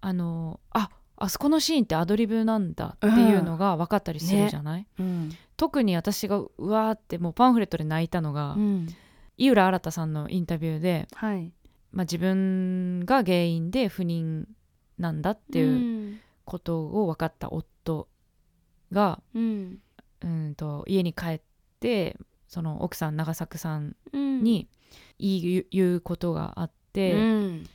Speaker 2: あのああそこのシーンってアドリブなんだっていうのが分かったりするじゃない、
Speaker 1: うん
Speaker 2: 特に私がうわーってもうパンフレットで泣いたのが、
Speaker 1: うん、
Speaker 2: 井浦新さんのインタビューで、
Speaker 1: はい
Speaker 2: まあ、自分が原因で不妊なんだっていう
Speaker 1: うん
Speaker 2: ことを分かった夫が、
Speaker 1: うん
Speaker 2: うんと家に帰ってその奥さん長作さん
Speaker 1: うん、
Speaker 2: に言い言うことがあっ
Speaker 1: う
Speaker 2: て、
Speaker 1: ん、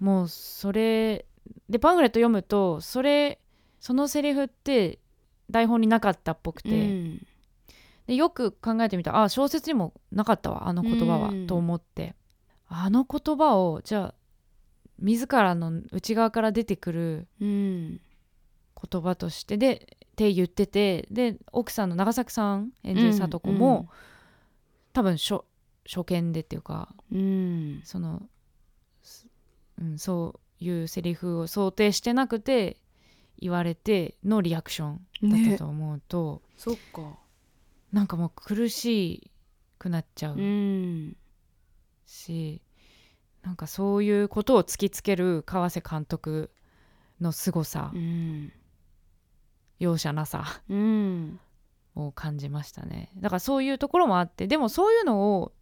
Speaker 2: もうそれでパンフレット読むとそれそのセリフって台本になかったっぽくて、
Speaker 1: うん
Speaker 2: でよく考えてみたらあ小説にもなかったわあの言葉は、
Speaker 1: うん
Speaker 2: と思ってあの言葉をじゃあ自らの内側から出てくる
Speaker 1: うん、
Speaker 2: 言葉としてでって言っててで奥さんの長作さん演じる聡子も、多分初初見でっていうか
Speaker 1: うん、
Speaker 2: その、すうん、そういうセリフを想定してなくて言われてのリアクションだっ
Speaker 1: ね
Speaker 2: たと思うと、
Speaker 1: そっか、
Speaker 2: なんかもう苦しくなっちゃ
Speaker 1: う、
Speaker 2: うんし、なんかそういうことを突きつける川瀬監督の凄さ、
Speaker 1: うん、
Speaker 2: 容赦なさ
Speaker 1: うん、
Speaker 2: を感じましたねだからそういうところもあってでもそういうのを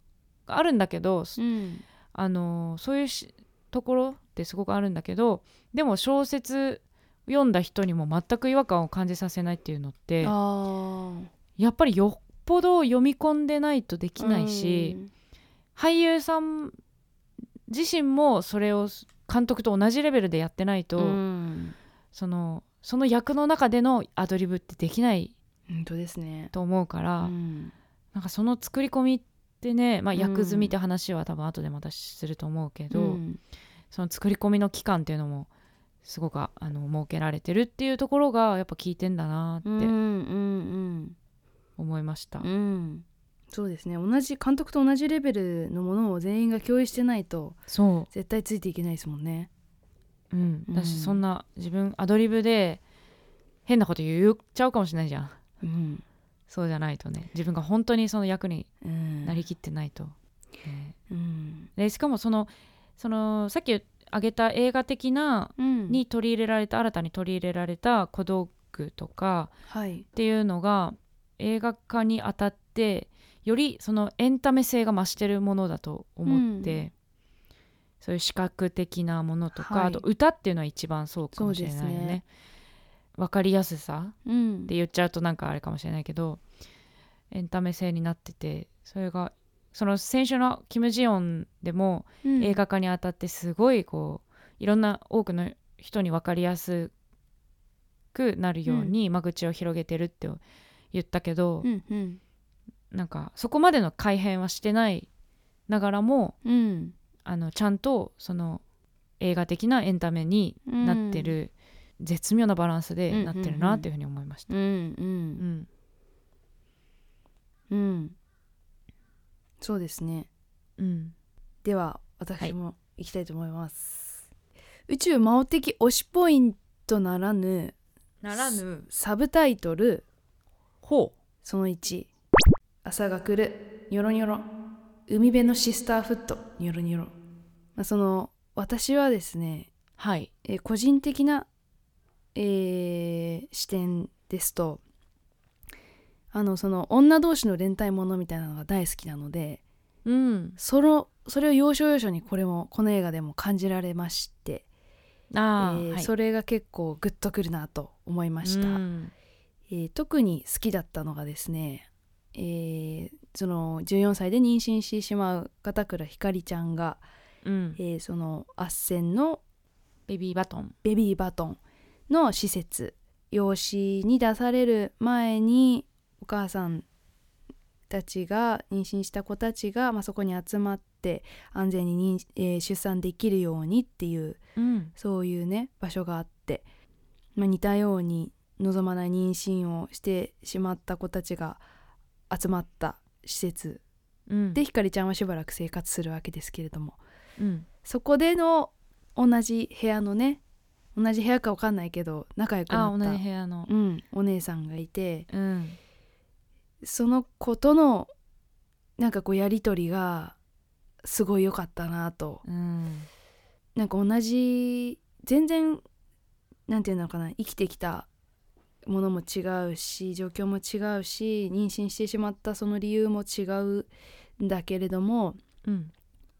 Speaker 2: あるんだけど、
Speaker 1: うん、
Speaker 2: あのそういうしところってすごくあるんだけどでも小説読んだ人にも全く違和感を感じさせないっていうのって
Speaker 1: あ
Speaker 2: やっぱりよっぽど読み込んでないとできないし、、俳優さん自身もそれを監督と同じレベルでやってないと、
Speaker 1: うん、うん、
Speaker 2: そのその役の中でのアドリブってできない
Speaker 1: 本当ですね、
Speaker 2: と思うから、
Speaker 1: うん、
Speaker 2: なんかその作り込みってね、まあ、
Speaker 1: うん
Speaker 2: 役済みって話は多分後でまたすると思うけど。
Speaker 1: うん
Speaker 2: その作り込みの期間っていうのもすごくああの設けられてるっていうところがやっぱ効いてんだな
Speaker 1: うん、う
Speaker 2: って
Speaker 1: ん、
Speaker 2: 思いました。
Speaker 1: うん、うん。そうですね同じ監督と同じレベルのものを全員が共有してないと
Speaker 2: そ
Speaker 1: 絶対ついていけないですもんね。
Speaker 2: う、うん、
Speaker 1: うん
Speaker 2: 私そんな自分アドリブで変なこと言っちゃうかもしれないじゃん。
Speaker 1: うん、
Speaker 2: そうじゃないとね自分が本当にその役に
Speaker 1: うん、
Speaker 2: なりきってないと。ね
Speaker 1: うん、
Speaker 2: でしかもそのそのさっき挙げた映画的な
Speaker 1: うん、
Speaker 2: に取り入れられた新たに取り入れられた小道具とか
Speaker 1: はい、
Speaker 2: っていうのが映画化にあたってよりそのエンタメ性が増してるものだと思って、そういう視覚的なものとか、
Speaker 1: はい
Speaker 2: あと歌っていうのは一番そうかもしれないよ
Speaker 1: そうです
Speaker 2: ね
Speaker 1: ね。
Speaker 2: わかりやすさ
Speaker 1: うん
Speaker 2: って言っちゃうとなんかあれかもしれないけどエンタメ性になっててそれがその先週の「キム・ジヨン」でも
Speaker 1: うん
Speaker 2: 映画化にあたってすごいこういろんな多くの人に分かりやすくなるように間口を広げてるって言ったけど、
Speaker 1: うんうん
Speaker 2: なんかそこまでの改変はしてないながらも
Speaker 1: うん
Speaker 2: あのちゃんとその映画的なエンタメになってる、絶妙なバランスでなってるなっていうふうに思いました。
Speaker 1: うんうん
Speaker 2: うん
Speaker 1: うんそうですね
Speaker 2: うん
Speaker 1: では私も行きたいと思います、宇宙魔王的推しポイントならぬ
Speaker 2: な
Speaker 1: ら
Speaker 2: ぬ
Speaker 1: サブタイトル
Speaker 2: ほ
Speaker 1: その1朝が来るニョロニョロ海辺のシスターフットニョロニョロ、まあ、その私はですね、
Speaker 2: うはい
Speaker 1: えー個人的な、えー視点ですとあのその女同士の連帯ものみたいなのが大好きなので
Speaker 2: うん
Speaker 1: そのそれを要所要所にこれもこの映画でも感じられまして、
Speaker 2: あー
Speaker 1: えー
Speaker 2: はい
Speaker 1: それが結構グッとくるなと思いました。
Speaker 2: うん
Speaker 1: えー特に好きだったのがですね、えーその14歳で妊娠してしまう片倉ひかりちゃんが、
Speaker 2: うん
Speaker 1: えーその斡旋の
Speaker 2: ベビーバトン
Speaker 1: ベビーバトンの施設養子に出される前にお母さんたちが妊娠した子たちが、まあ、そこに集まって安全に妊、えー出産できるようにっていう
Speaker 2: うん
Speaker 1: そういうね場所があって、まあ、似たように望まない妊娠をしてしまった子たちが集まった施設
Speaker 2: うん
Speaker 1: でひかりちゃんはしばらく生活するわけですけれども
Speaker 2: うん
Speaker 1: そこでの同じ部屋のね同じ部屋かわかんないけど仲良く
Speaker 2: あ
Speaker 1: な
Speaker 2: ー
Speaker 1: っ
Speaker 2: 同
Speaker 1: た
Speaker 2: じ部屋の
Speaker 1: うん、お姉さんがいて
Speaker 2: うん
Speaker 1: その子とのなんかこうやり取りがすごい良かったなと
Speaker 2: うん
Speaker 1: なんか同じ全然なんていうのかな生きてきたものも違うし状況も違うし妊娠してしまったその理由も違うんだけれども
Speaker 2: うん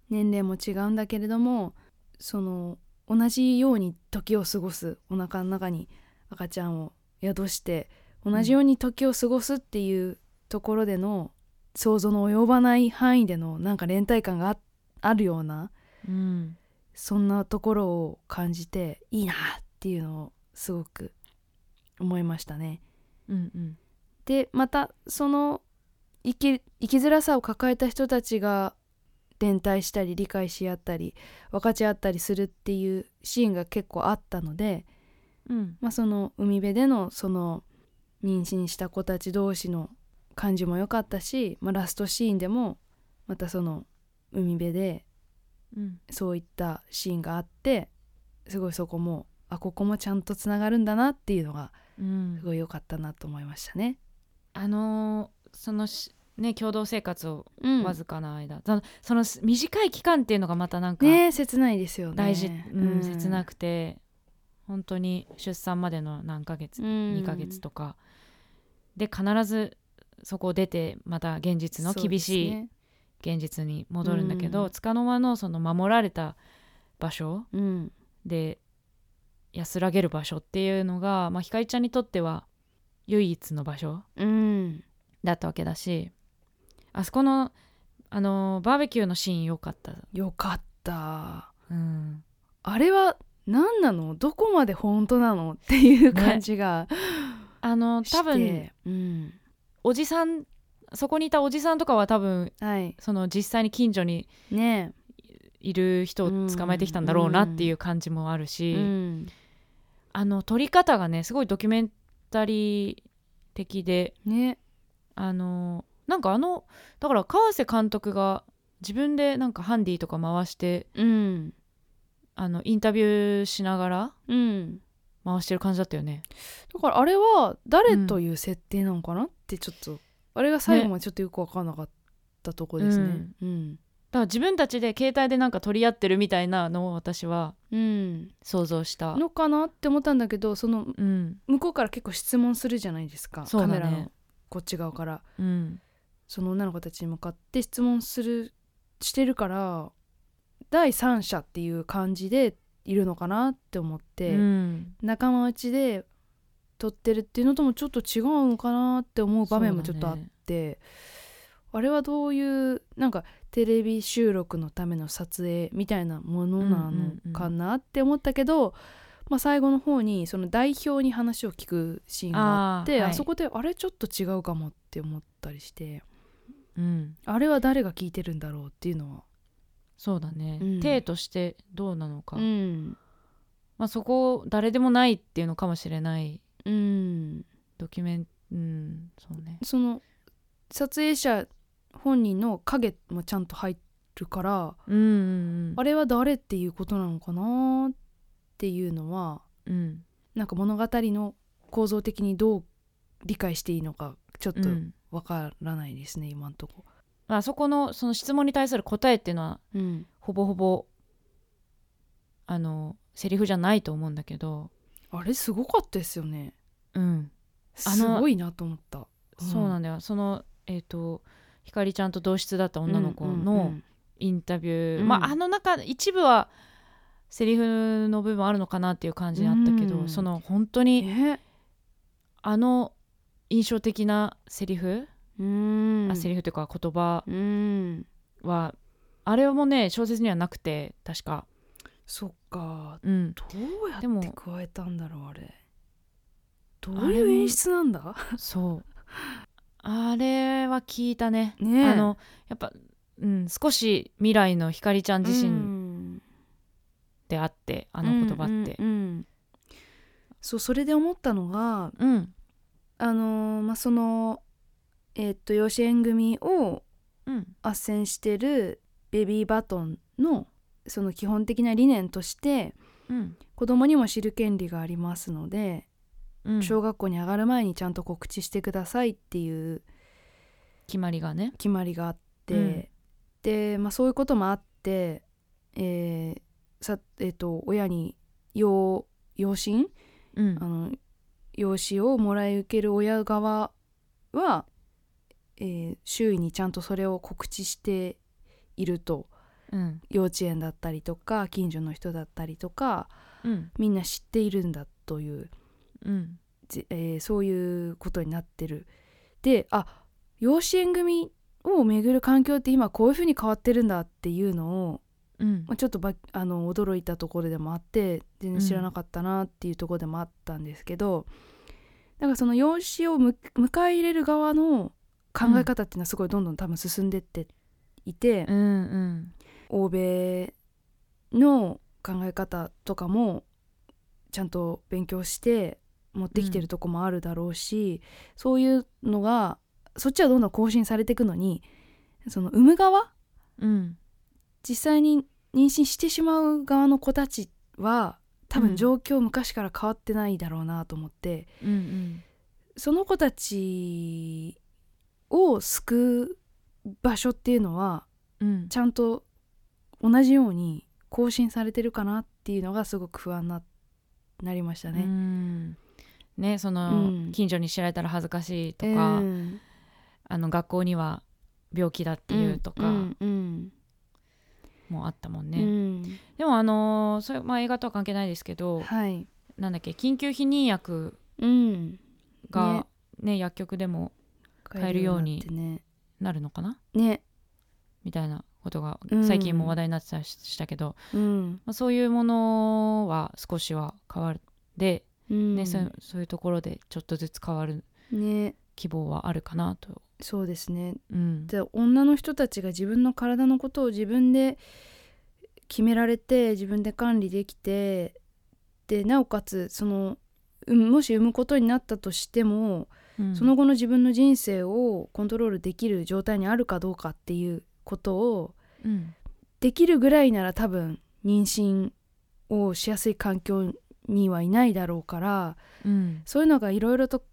Speaker 1: 年齢も違うんだけれどもその同じように時を過ごすお腹の中に赤ちゃんを宿して同じように時を過ごすっていうところでの、想像の及ばない範囲でのなんか連帯感がああるような
Speaker 2: うん
Speaker 1: そんなところを感じていいなっていうのをすごく思いましたね。
Speaker 2: うんうん
Speaker 1: でまたその生き生きづらさを抱えた人たちが連帯したり理解し合ったり分かち合ったりするっていうシーンが結構あったので、
Speaker 2: うん
Speaker 1: まあ、その海辺でのその妊娠した子たち同士の感じも良かったし、まあ、ラストシーンでもまたその海辺で
Speaker 2: うん
Speaker 1: そういったシーンがあってすごいそこもあここもちゃんとつながるんだなっていうのが
Speaker 2: うん
Speaker 1: すごい良かったなと思いましたね。
Speaker 2: あのーそのしね共同生活を
Speaker 1: うん
Speaker 2: わずかな間、そのそのす短い期間っていうのがまたなんか
Speaker 1: ねえ切ないですよね。
Speaker 2: 大事、うん、切なくて本当に出産までの何ヶ月、
Speaker 1: 2
Speaker 2: 2ヶ月とかで必ずそこを出てまた現実の厳しい現実に戻るんだけど、
Speaker 1: うん
Speaker 2: 束の間のその守られた場所
Speaker 1: うん
Speaker 2: で安らげる場所っていうのが、まあ、ひかりちゃんにとっては唯一の場所
Speaker 1: うん
Speaker 2: だったわけだしあそこの、あのーバーベキューのシーン良かった、
Speaker 1: よかった
Speaker 2: うん、
Speaker 1: あれは何なのどこまで本当なのっていう感じが
Speaker 2: あの
Speaker 1: して、
Speaker 2: 多分
Speaker 1: うん
Speaker 2: おじさんそこにいたおじさんとかは多分
Speaker 1: はい
Speaker 2: その実際に近所に
Speaker 1: ね
Speaker 2: いる人を捕まえてきたんだろうなっていう感じもある
Speaker 1: え、
Speaker 2: し、
Speaker 1: うん
Speaker 2: あの撮り方がねすごいドキュメンタリー的で
Speaker 1: ね
Speaker 2: あのなんかあのだから川瀬監督が自分でなんかハンディとか回して
Speaker 1: うん
Speaker 2: あのインタビューしながら
Speaker 1: うん
Speaker 2: 回してる感じだったよね。
Speaker 1: だからあれは誰という設定なのかなってちょっと、あれが最後までちょっとよく分からなかったとこですね。
Speaker 2: ね
Speaker 1: うん、
Speaker 2: だから自分たちで携帯でなんか取り合ってるみたいなのを私は
Speaker 1: うん
Speaker 2: 想像した。
Speaker 1: のかなって思ったんだけどその
Speaker 2: うん
Speaker 1: 向こうから結構質問するじゃないですか、
Speaker 2: そう
Speaker 1: カ
Speaker 2: だね
Speaker 1: メラのこっち側から。
Speaker 2: うん
Speaker 1: その女の子たちに向かって質問するしてるから第三者っていう感じでいるのかなって思って、
Speaker 2: うん
Speaker 1: 仲間内で撮ってるっていうのともちょっと違うのかなって思う場面もちょっとあっ
Speaker 2: そう
Speaker 1: て、あれはどういうなんかテレビ収録のための撮影みたいなものなのかなって思ったけど、まあ、最後の方にその代表に話を聞くシーンがあって
Speaker 2: あー
Speaker 1: あ,、
Speaker 2: はい
Speaker 1: そこであれちょっと違うかもって思ったりして
Speaker 2: だねうん
Speaker 1: あれは誰が聞いてるんだろうっていうのは。
Speaker 2: そうだね、
Speaker 1: うん
Speaker 2: 体としてどうなのか、
Speaker 1: うん
Speaker 2: まあ、そこ誰でもないっていうのかもしれない
Speaker 1: うん、
Speaker 2: ドキュメンうんそうね
Speaker 1: その撮影者本人の影もちゃんと入るから
Speaker 2: うんうん
Speaker 1: あれは誰っていうことなのかなっていうのは
Speaker 2: うんうん
Speaker 1: なんか物語の構造的にどう理解していいのかちょっ
Speaker 2: う
Speaker 1: と
Speaker 2: ん
Speaker 1: わからないですね、今んとこ。
Speaker 2: まあそこのその質問に対する答えっていうのは
Speaker 1: うん、
Speaker 2: ほぼほぼあのセリフじゃないと思うんだけど
Speaker 1: あれすごかったですよね。
Speaker 2: うんあの
Speaker 1: すごいなと思った。
Speaker 2: そうなん
Speaker 1: ん
Speaker 2: だよそのえっ、とひかりちゃんと同室だった女の子のインタビュー、
Speaker 1: うん
Speaker 2: まああの中一部はセリフの部分あるのかなっていう感じであったけど、
Speaker 1: うん
Speaker 2: その本当に
Speaker 1: ね、
Speaker 2: あの印象的なセリフ、
Speaker 1: うん
Speaker 2: あセリフというか言葉
Speaker 1: うん、
Speaker 2: はあれもね小説にはなくて確か
Speaker 1: そっか。
Speaker 2: うん
Speaker 1: どうや
Speaker 2: でも
Speaker 1: って加えたんだろうあれ。ど
Speaker 2: あ
Speaker 1: う
Speaker 2: れ
Speaker 1: い
Speaker 2: も
Speaker 1: う演出なん だ？
Speaker 2: そうあれは聞いたね
Speaker 1: ねえ
Speaker 2: あのやっぱ、うん、少し未来のひかりちゃん自身
Speaker 1: 身
Speaker 2: であって、あの言葉って
Speaker 1: うんうんうんそうそれで思ったのが
Speaker 2: うん、
Speaker 1: あのーまあそのえーっと養子縁組を
Speaker 2: うん
Speaker 1: 斡旋してるベビーバトンのその基本的な理念として
Speaker 2: うん
Speaker 1: 子供にも知る権利がありますので、
Speaker 2: うん
Speaker 1: 小学校に上がる前にちゃんと告知してくださいっていう
Speaker 2: 決まりがね
Speaker 1: 決まりがあって、
Speaker 2: うん
Speaker 1: で、まあ、そういうこともあって、えーさえー、と親に養養親
Speaker 2: うん
Speaker 1: あの養子をもらい受ける親側は、えー周囲にちゃんとそれを告知していると
Speaker 2: うん
Speaker 1: 幼稚園だったりとか近所の人だったりとか
Speaker 2: うん
Speaker 1: みんな知っているんだという、
Speaker 2: うん
Speaker 1: ぜえーそういうことになってる。であ養子縁組を巡る環境って今こういうふうに変わってるんだっていうのを、
Speaker 2: うん
Speaker 1: まあ、ちょっとばあの驚いたところでもあって全然知らなかったなっていうところでもあったんですけど、なんかその養子をむ迎え入れる側の考え方っていうのはすごいどんどん多分進んでっていて、
Speaker 2: うんうん
Speaker 1: 欧米の考え方とかもちゃんと勉強して持ってきてるとこもあるだろうし、そういうのがそっちはどんどん更新されていくのにその産む側
Speaker 2: うん
Speaker 1: 実際に妊娠してしまう側の子たちは多
Speaker 2: うん
Speaker 1: 分状況昔から変わってないだろうなと思って、
Speaker 2: うんうん
Speaker 1: その子たちを救う場所っていうのは
Speaker 2: うん
Speaker 1: ちゃんと同じように更新されてるかなっていうのがすごく不安ななりました
Speaker 2: う
Speaker 1: ね。
Speaker 2: んねその、
Speaker 1: うん
Speaker 2: 近所に知られたら恥ずかしいと
Speaker 1: う
Speaker 2: か、
Speaker 1: ん
Speaker 2: あの学校には病気だっていうと
Speaker 1: う
Speaker 2: か
Speaker 1: んうん
Speaker 2: もあったもん
Speaker 1: う
Speaker 2: ね、
Speaker 1: ん
Speaker 2: でもあのーそれまあ映画とは関係ないですけど
Speaker 1: はい、
Speaker 2: なんだっけ緊急避妊薬
Speaker 1: うん、
Speaker 2: がね薬局でも買えるように
Speaker 1: 買えるようになって
Speaker 2: なるのかな
Speaker 1: ねね、
Speaker 2: みたいなことが
Speaker 1: うん
Speaker 2: 最近も話題になってたりしたけど、
Speaker 1: うん
Speaker 2: まあ、そういうものは少しは変わるで、
Speaker 1: うん、
Speaker 2: ねそうそういうところでちょっとずつ変わる
Speaker 1: ね
Speaker 2: 希望はあるかなと、
Speaker 1: そうですね
Speaker 2: うん
Speaker 1: で女の人たちが自分の体のことを自分で決められて自分で管理できてでなおかつそのうんもし産むことになったとしても
Speaker 2: うん
Speaker 1: その後の自分の人生をコントロールできる状態にあるかどうかっていうことを
Speaker 2: うん
Speaker 1: できるぐらいなら多分妊娠をしやすい環境にはいないだろうから
Speaker 2: うん
Speaker 1: そういうのがいろいろと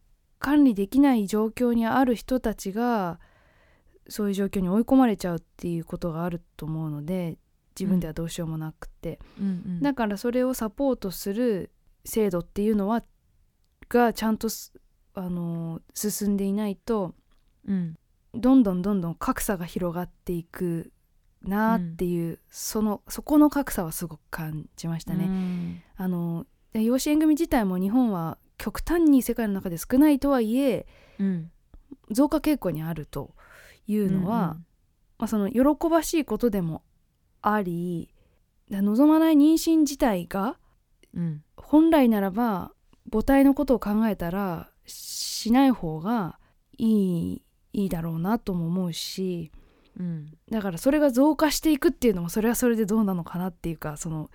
Speaker 1: 管理できない状況にある人たちがそういう状況に追い込まれちゃうっていうことがあると思うので自分ではどうしようもなくて、
Speaker 2: うん
Speaker 1: だからそれをサポートする制度っていうのはがちゃんとすあの進んでいないと
Speaker 2: うん
Speaker 1: どんどんどんどん格差が広がっていくなっていう、そのそこの格差はすごく感じましたね。
Speaker 2: ね。
Speaker 1: あの養子縁組自体も日本は極端に世界の中で少ないとはいえ
Speaker 2: うん。
Speaker 1: 増加傾向にあるというのは、まあ、その喜ばしいことでもありだ望まない妊娠自体が
Speaker 2: うん、うん
Speaker 1: 本来ならば母体のことを考えたらしない方がいいいいだろうなとも思うし
Speaker 2: うん
Speaker 1: だからそれが増加していくっていうのもそれはそれでどうなのかなっていうかその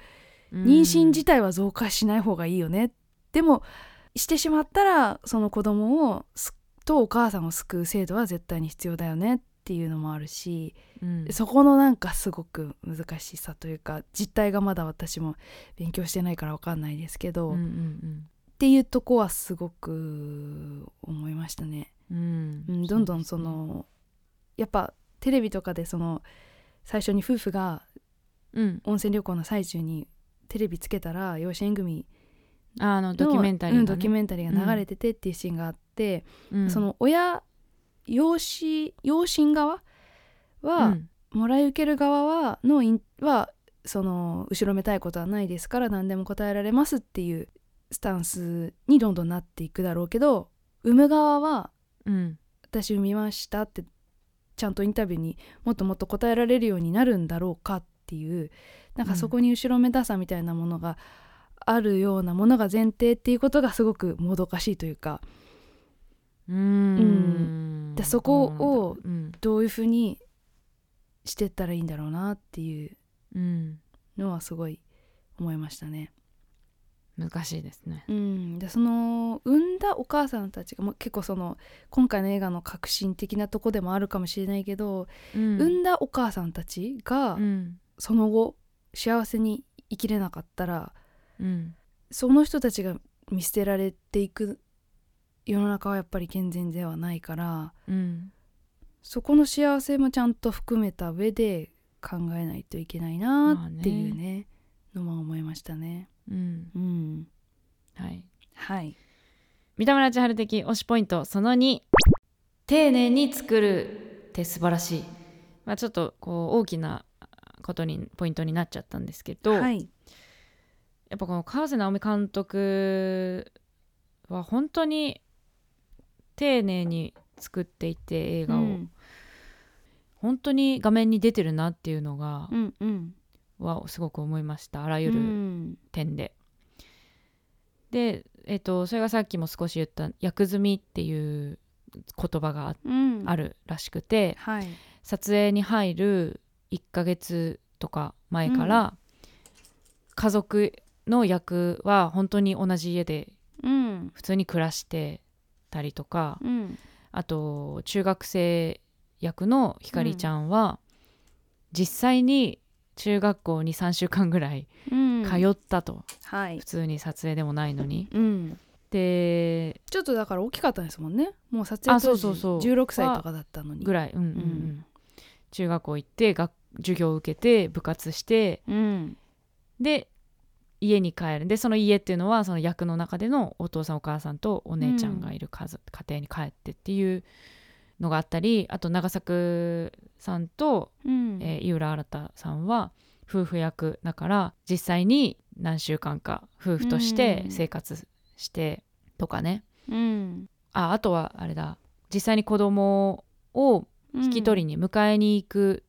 Speaker 2: うん
Speaker 1: 妊娠自体は増加しない方がいいよね、でもしてしまったらその子供をすとお母さんを救う制度は絶対に必要だよねっていうのもあるし
Speaker 2: うん
Speaker 1: そこのなんかすごく難しさというか実態がまだ私も勉強してないからわかんないですけど、
Speaker 2: うんう
Speaker 1: っ
Speaker 2: ん
Speaker 1: ていうとこはすごく思いましたね。
Speaker 2: うん
Speaker 1: う、
Speaker 2: うんん
Speaker 1: どんどんそのやっぱテレビとかでその最初に夫婦が
Speaker 2: うん
Speaker 1: 温泉旅行の最中にテレビつけたら養子縁組
Speaker 2: あの
Speaker 1: の
Speaker 2: ドキュメンタリー
Speaker 1: うん
Speaker 2: が
Speaker 1: ド
Speaker 2: ね
Speaker 1: キュメンタリーが流れててっていうシーンがあって、
Speaker 2: うん
Speaker 1: その親養子養親側は、
Speaker 2: うん
Speaker 1: もらい受ける側はのインはその後ろめたいことはないですから何でも答えられますっていうスタンスにどんどんなっていくだろうけど産む側は
Speaker 2: うん
Speaker 1: 私産みましたってちゃんとインタビューにもっともっと答えられるようになるんだろうかっていうなんかそこに後ろめたさみたいなものがあるようなものが前提っていうことがすごくもどかしいというか
Speaker 2: う
Speaker 1: うん
Speaker 2: ん
Speaker 1: でそこを
Speaker 2: うん
Speaker 1: どういうふうにしてったらいいんだろうなっていう
Speaker 2: うん
Speaker 1: のはすごい思いましたね。
Speaker 2: 難しいですね
Speaker 1: うん、でその産んだお母さんたちが、まあ、結構その今回の映画の革新的なとこでもあるかもしれないけど、
Speaker 2: うん
Speaker 1: 産んだお母さんたちが
Speaker 2: うん
Speaker 1: その後幸せに生きれなかったら
Speaker 2: うん
Speaker 1: その人たちが見捨てられていく世の中はやっぱり健全ではないから
Speaker 2: うん
Speaker 1: そこの幸せもちゃんと含めた上で考えないといけない
Speaker 2: まあ
Speaker 1: な
Speaker 2: ね
Speaker 1: っていうね,、のも思いましたね。
Speaker 2: うん
Speaker 1: うん、
Speaker 2: はい
Speaker 1: はい
Speaker 2: 三田村千春的推しポイントその2丁寧に作るって素晴らしい、まあ、ちょっとこう大きなことにポイントになっちゃったんですけど、
Speaker 1: はい
Speaker 2: やっぱこの川瀬直美監督は本当に丁寧に作っていて映画を、
Speaker 1: うん
Speaker 2: 本当に画面に出てるなっていうのが
Speaker 1: う、んうん
Speaker 2: はすごく思いましたあらゆ
Speaker 1: う
Speaker 2: る
Speaker 1: ん
Speaker 2: 点で。で、えっとそれがさっきも少し言った「役済み」っていう言葉があ
Speaker 1: うん
Speaker 2: あるらしくて
Speaker 1: はい
Speaker 2: 撮影に入る1ヶ月とか前から、家族の役は本当に同じ家で
Speaker 1: うん
Speaker 2: 普通に暮らしてたりとか
Speaker 1: うん
Speaker 2: あと中学生役のひかりちゃんは、実際に中学校に3週間ぐらい
Speaker 1: うん
Speaker 2: 通ったと、
Speaker 1: はい
Speaker 2: 普通に撮影でもないのに。
Speaker 1: うん
Speaker 2: で
Speaker 1: ちょっとだから大きかったですもんねもう撮影当
Speaker 2: あ
Speaker 1: 時
Speaker 2: そうそうそう
Speaker 1: 16歳とかだったのに
Speaker 2: ぐらい、うんうんう
Speaker 1: うん
Speaker 2: ん、中学校行って学授業を受けて部活して
Speaker 1: うん
Speaker 2: で家に帰るでその家っていうのはその役の中でのお父さんお母さんとお姉ちゃんがいる家,、家庭に帰ってっていうのがあったりあと長作さんと、
Speaker 1: うん
Speaker 2: えー井浦新さんは夫婦役だから実際に何週間か夫婦として生活してとかね、
Speaker 1: うん
Speaker 2: ああとはあれだ実際に子供を引き取りに迎えに行く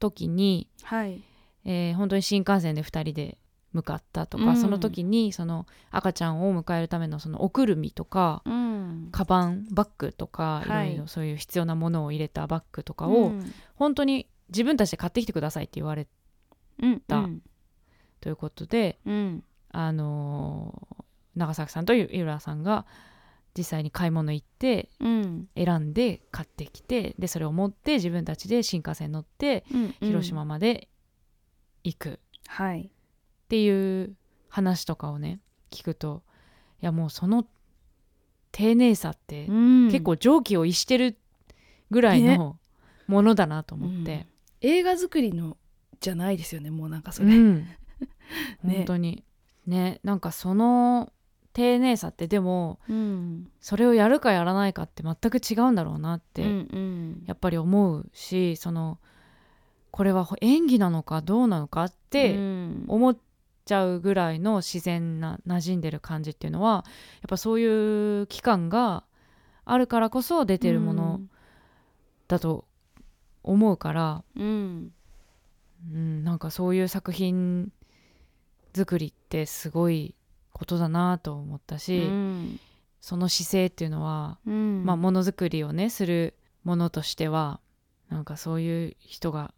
Speaker 2: 時に、
Speaker 1: はい
Speaker 2: えー本当に新幹線で2人で向かったとか、
Speaker 1: うん
Speaker 2: その時にその赤ちゃんを迎えるためのそのおくるみとか
Speaker 1: うん
Speaker 2: カバンバッグとか、
Speaker 1: はい
Speaker 2: い、ろいろそういう必要なものを入れたバッグとか
Speaker 1: う
Speaker 2: を
Speaker 1: ん
Speaker 2: 本当に自分たちで買ってきてくださいって言われ
Speaker 1: うん
Speaker 2: た
Speaker 1: うん
Speaker 2: ということで、
Speaker 1: うん
Speaker 2: あのー長崎さんと井浦さんが実際に買い物行って
Speaker 1: うん
Speaker 2: 選んで買ってきてでそれを持って自分たちで新幹線に乗って
Speaker 1: うん
Speaker 2: 広島まで行く。
Speaker 1: はい
Speaker 2: っていう話とかをね聞くといやもうその丁寧さって
Speaker 1: 結
Speaker 2: 結構常軌を逸してるぐらいのものだなと思って、
Speaker 1: 映画作りのじゃ ないですよねもうなんかそ
Speaker 2: うん
Speaker 1: れ
Speaker 2: 本当にねなんかその丁寧さってでも
Speaker 1: うん
Speaker 2: それをやるかやらないかって全く違うんだろうなって、
Speaker 1: うんうん
Speaker 2: やっぱり思うしそのこれは演技なのかどうなのかって
Speaker 1: うん
Speaker 2: 思っちゃうぐらいの自然な馴染んでる感じっていうのはやっぱそういう期間があるからこそ出てるものだと思うから、
Speaker 1: うん
Speaker 2: うん、なんかそういう作品作りってすごいことだなと思った
Speaker 1: う
Speaker 2: し、
Speaker 1: ん
Speaker 2: その姿勢っていうのは、
Speaker 1: うん
Speaker 2: まあものづくりをねするものとしてはなんかそういう人が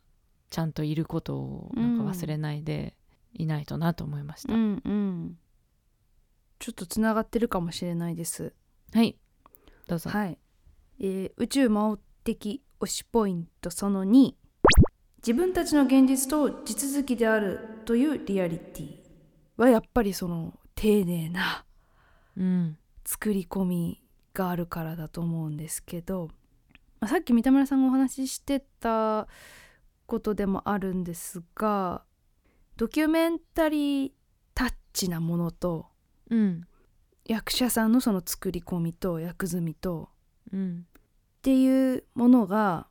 Speaker 2: ちゃんといることをなんか忘れないでいないとなと思いました。
Speaker 1: うんうんちょっとつながってるかもしれないです
Speaker 2: はいどうぞ。
Speaker 1: はい、えー宇宙魔王的推しポイントその2自分たちの現実と地続きであるというリアリティはやっぱりその丁寧な
Speaker 2: うん
Speaker 1: 作り込みがあるからだと思うんですけど、まあ、さっき三田村さんがお話ししてたことでもあるんですがドキュメンタリータッチなものと
Speaker 2: うん
Speaker 1: 役者さんのその作り込みと役積みと
Speaker 2: うん
Speaker 1: っていうものが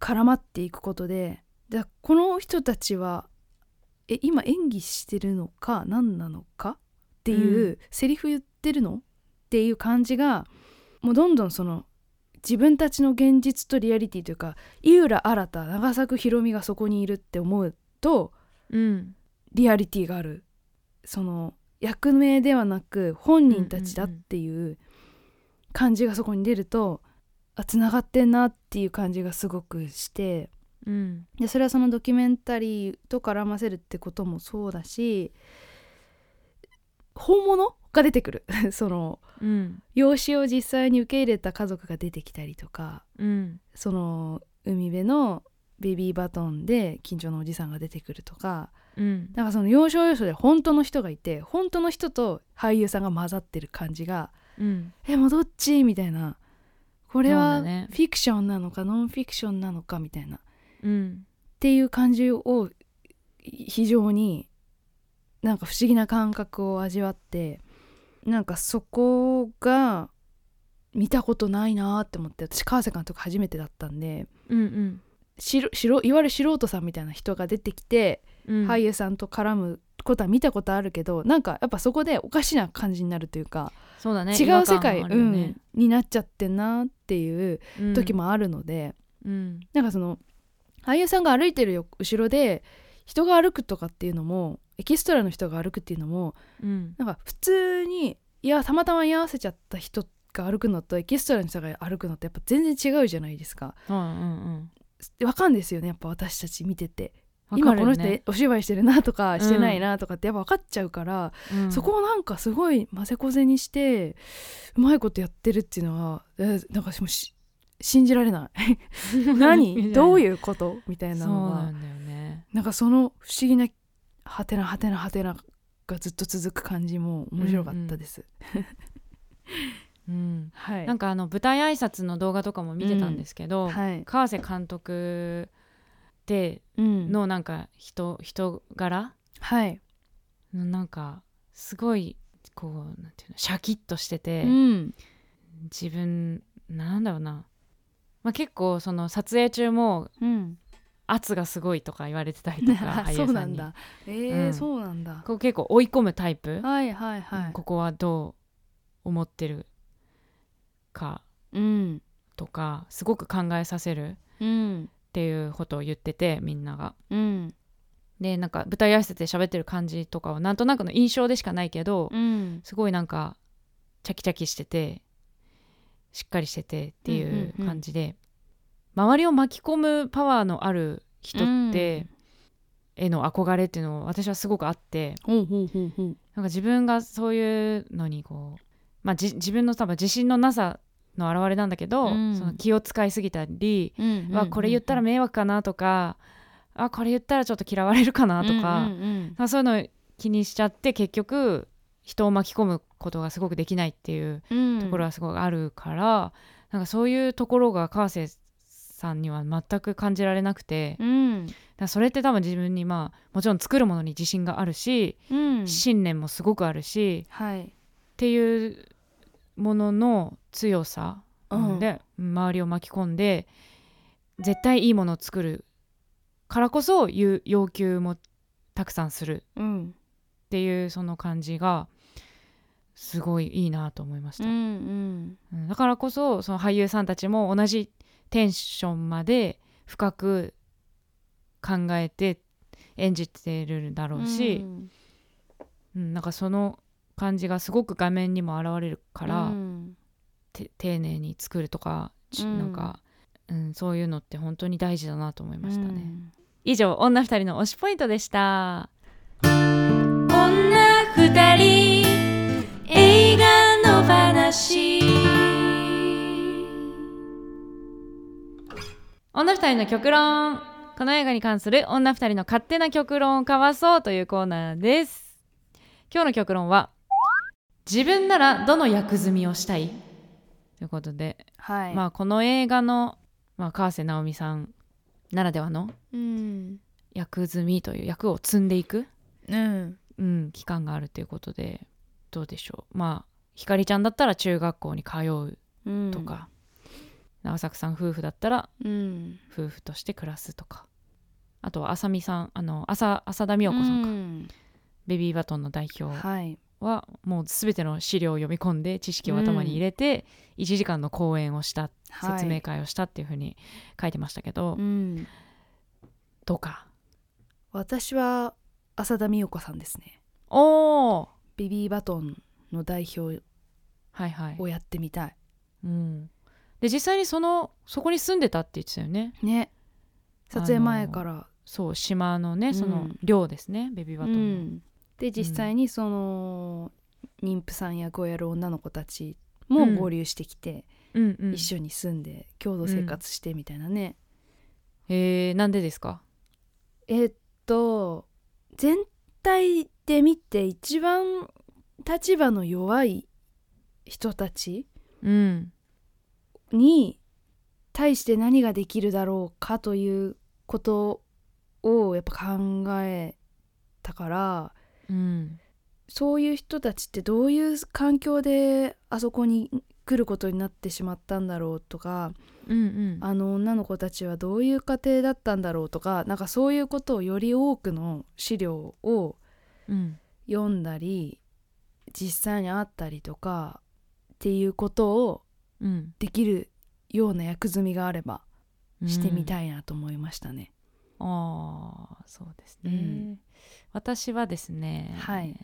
Speaker 1: 絡まっていくことでじゃあこの人たちはえ今演技してるのか何なのかっていう、
Speaker 2: う
Speaker 1: セリフ言ってるのっていう感じがもうどんどんその自分たちの現実とリアリティというか井浦新長作ひろみがそこにいるって思うと
Speaker 2: うん
Speaker 1: リアリティがあるその役名ではなく本人たちだっていう感じがそこに出るとあつながってんなっていう感じがすごくして
Speaker 2: うん
Speaker 1: でそれはそのドキュメンタリーと絡ませるってこともそうだし本物が出てくる その
Speaker 2: うん
Speaker 1: 養子を実際に受け入れた家族が出てきたりとか
Speaker 2: うん
Speaker 1: その海辺のベビーバトンで近所のおじさんが出てくるとか
Speaker 2: うん
Speaker 1: なんかその要所要所で本当の人がいて本当の人と俳優さんが混ざってる感じが
Speaker 2: うん
Speaker 1: 「えもうどっち?」みたいなこれは
Speaker 2: そ
Speaker 1: フ
Speaker 2: うだね
Speaker 1: ィクションなのかノンフィクションなのかみたいなっ
Speaker 2: うん
Speaker 1: ていう感じを非常になんか不思議な感覚を味わってなんかそこが見たことないなーって思って私川瀬監督初めてだったんで
Speaker 2: うん
Speaker 1: しろしろいわゆる素人さんみたいな人が出てきて
Speaker 2: うん
Speaker 1: 俳優さんと絡むことは見たことあるけどなんかやっぱそこでおかしな感じになるというか、
Speaker 2: そうだね
Speaker 1: 違う世界、
Speaker 2: 違和感はあ
Speaker 1: う
Speaker 2: るよね
Speaker 1: ん、になっちゃってんなっていう
Speaker 2: うん
Speaker 1: 時もあるので、
Speaker 2: うん
Speaker 1: なんかその俳優さんが歩いてるよ後ろで人が歩くとかっていうのもエキストラの人が歩くっていうのも
Speaker 2: うん
Speaker 1: なんか普通にいやたまたま居合わせちゃった人が歩くのとエキストラの人が歩くのってやっぱ全然違うじゃないですか。
Speaker 2: うんうん
Speaker 1: わかんですよねやっぱ私たち見てて、
Speaker 2: うん
Speaker 1: 今
Speaker 2: わ
Speaker 1: こ
Speaker 2: かる
Speaker 1: の
Speaker 2: よ
Speaker 1: 人
Speaker 2: ね
Speaker 1: お芝居してるなとかしてないなとかってやっぱ分かっちゃうから、
Speaker 2: うん
Speaker 1: そこをなんかすごいまぜこぜにしてうまいことやってるっていうのは、えーなんかしもし信じられない 何どう
Speaker 2: う
Speaker 1: いうことみたいなの
Speaker 2: そうな
Speaker 1: が
Speaker 2: んだよね
Speaker 1: なんかその不思議なはてなはてなはてながずっと続く感じも面白かったです、
Speaker 2: うん
Speaker 1: はい
Speaker 2: なんかあの舞台挨拶の動画とかも見てたんですけど、
Speaker 1: はい、
Speaker 2: 川瀬監督で
Speaker 1: うん
Speaker 2: のなんか人人柄
Speaker 1: はい、
Speaker 2: のなんかすごいこうなんていうのシャキッとしてて、
Speaker 1: うん
Speaker 2: 自分なんだろうな、まあ、結構その撮影中も
Speaker 1: うん、圧
Speaker 2: 圧がすごいとか言われてた りとか俳
Speaker 1: そう
Speaker 2: 優さんに
Speaker 1: なんだえー
Speaker 2: うん
Speaker 1: そうなんだ
Speaker 2: こう結構追い込むタイプ、
Speaker 1: はいはいはい
Speaker 2: ここはどう思ってるか
Speaker 1: うん
Speaker 2: とかすごく考えさせる
Speaker 1: うん
Speaker 2: っていうことを言っててみんなが。
Speaker 1: うん
Speaker 2: でなんか舞台挨拶で喋ってる感じとかはなんとなくの印象でしかないけど、
Speaker 1: うん
Speaker 2: すごいなんかチャキチャキしててしっかりしててっていう
Speaker 1: うんうんうん
Speaker 2: 感じで、周りを巻き込むパワーのある人って、への憧れっていうのを私はすごくあって
Speaker 1: ほうほうほうほう
Speaker 2: なんか自分がそういうのにこう、まあ、じ自分の多分自信のなさの表れなんだけど、
Speaker 1: うん
Speaker 2: その気を使いすぎたり、
Speaker 1: うんうんうん
Speaker 2: わこれ言ったら迷惑かなとか、あこれ言ったらちょっと嫌われるかなとか。
Speaker 1: うんうんうん
Speaker 2: まあそういうの気にしちゃって結局人を巻き込むことがすごくできないっていう
Speaker 1: と
Speaker 2: ところはすごくあるから、なんかそういうところが川瀬さんには全く感じられなくて、だからそれって多分自分にまあもちろん作るものに自信があるし、
Speaker 1: うん
Speaker 2: 信念もすごくあるし
Speaker 1: はい
Speaker 2: っていうものの強さ
Speaker 1: うん
Speaker 2: で、周りを巻き込んで絶対いいものを作るからこそいう要求もたくさんする
Speaker 1: うん
Speaker 2: っていうその感じがすごいいいなと思いまし
Speaker 1: う
Speaker 2: た、
Speaker 1: ん
Speaker 2: うんだからこそその俳優さんたちも同じテンションまで深く考えて演じてるんだろ
Speaker 1: うん
Speaker 2: うし、うんなんかその感じがすごく画面にも現れる
Speaker 1: か
Speaker 2: か、
Speaker 1: ら
Speaker 2: て丁寧に作るとか、ち
Speaker 1: うん
Speaker 2: なんか、うん、そういうのって本当に大事だなと思いましたね、以上女二人の推しポイントでした
Speaker 3: 女二人映画の話
Speaker 2: 女二人の極論この映画に関する女二人の勝手な極論を交わそうというコーナーです今日の極論は自分ならどの役積みをしたいということで、
Speaker 1: はい
Speaker 2: まあこの映画の、まあ、川瀬直美さんならではの
Speaker 1: うん
Speaker 2: 役積みという役を積んでいく、
Speaker 1: うん
Speaker 2: うん、期間があるということでどうでしょうまあひかりちゃんだったら中学校に通う
Speaker 1: うん
Speaker 2: とか、長作さん夫婦だったら
Speaker 1: うん
Speaker 2: 夫婦として暮らすとかあとは浅見さんあの浅浅田美代子さんか、
Speaker 1: うん
Speaker 2: ベビーバトンの代表
Speaker 1: はい
Speaker 2: はもう全ての資料を読み込んで知識を頭に入れて1時間の講演をした、
Speaker 1: はい
Speaker 2: 説明会をしたっていうふうに書いてましたけど、
Speaker 1: うん
Speaker 2: とか
Speaker 1: 私は浅田美代子さんですね
Speaker 2: おー
Speaker 1: ビビーバトンの代表
Speaker 2: はいはい、
Speaker 1: をやってみたい
Speaker 2: うん、で実際にそのそこに住んでたって言ってたよね
Speaker 1: ね撮影前から
Speaker 2: そう島のねそうの
Speaker 1: ん
Speaker 2: 寮ですね、ベビーバ
Speaker 1: う
Speaker 2: トンの、
Speaker 1: んで実際にその妊婦さん役をやる女の子たちも合流してきて、
Speaker 2: うんうん、
Speaker 1: 一緒に住んで共同生活してみたいなね、
Speaker 2: えー、なんでですか
Speaker 1: えっと全体で見て一番立場の弱い人たち
Speaker 2: うん
Speaker 1: に対して何ができるだろうかということをやっぱ考えたから
Speaker 2: うん
Speaker 1: そういう人たちってどういう環境であそこに来ることになってしまったんだろうとか
Speaker 2: うんうん
Speaker 1: あの女の子たちはどういう家庭だったんだろうとかなんかそういうことをより多くの資料を
Speaker 2: うん
Speaker 1: 読んだり実際に会ったりとかっていうことを
Speaker 2: うん
Speaker 1: できるような役積みがあればしてみ
Speaker 2: い、
Speaker 1: たいなと思いましたね。
Speaker 2: ああそうですね、
Speaker 1: うん
Speaker 2: 私はですね
Speaker 1: はい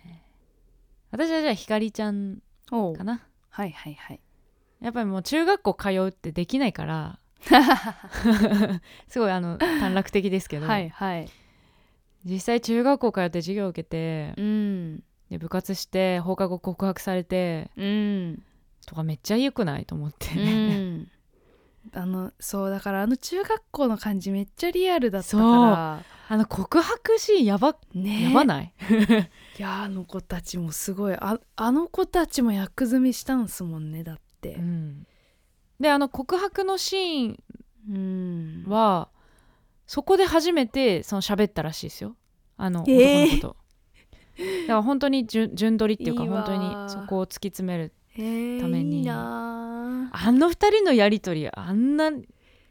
Speaker 2: 私はじゃあひかりちゃん
Speaker 1: おう
Speaker 2: かな
Speaker 1: はいはいはい。
Speaker 2: やっぱりもう中学校通うってできないから すごいあの短絡的ですけど、
Speaker 1: はいはい。
Speaker 2: 実際中学校通って授業を受けて
Speaker 1: うん
Speaker 2: で部活して放課後告白されて
Speaker 1: うん
Speaker 2: とかめっちゃ良くないと思って
Speaker 1: う
Speaker 2: ね、
Speaker 1: ん。あのそうだからあの中学校の感じめっちゃリアルだった
Speaker 2: そう
Speaker 1: か
Speaker 2: あの告白シーンやば,、
Speaker 1: らね
Speaker 2: やばない
Speaker 1: いやあの子たちもすごいああの子たちも役済みしたんすもんねだって
Speaker 2: う。んであの告白のシーン
Speaker 1: うん
Speaker 2: はそこで初めてその喋ったらしいですよあの
Speaker 1: えー
Speaker 2: 男のこと、だから本当に順順取りっていうか
Speaker 1: いいわ
Speaker 2: 本
Speaker 1: ー
Speaker 2: 当にそこを突き詰める
Speaker 1: えー
Speaker 2: ために
Speaker 1: いいなあ
Speaker 2: あの二人のやり取りあんなム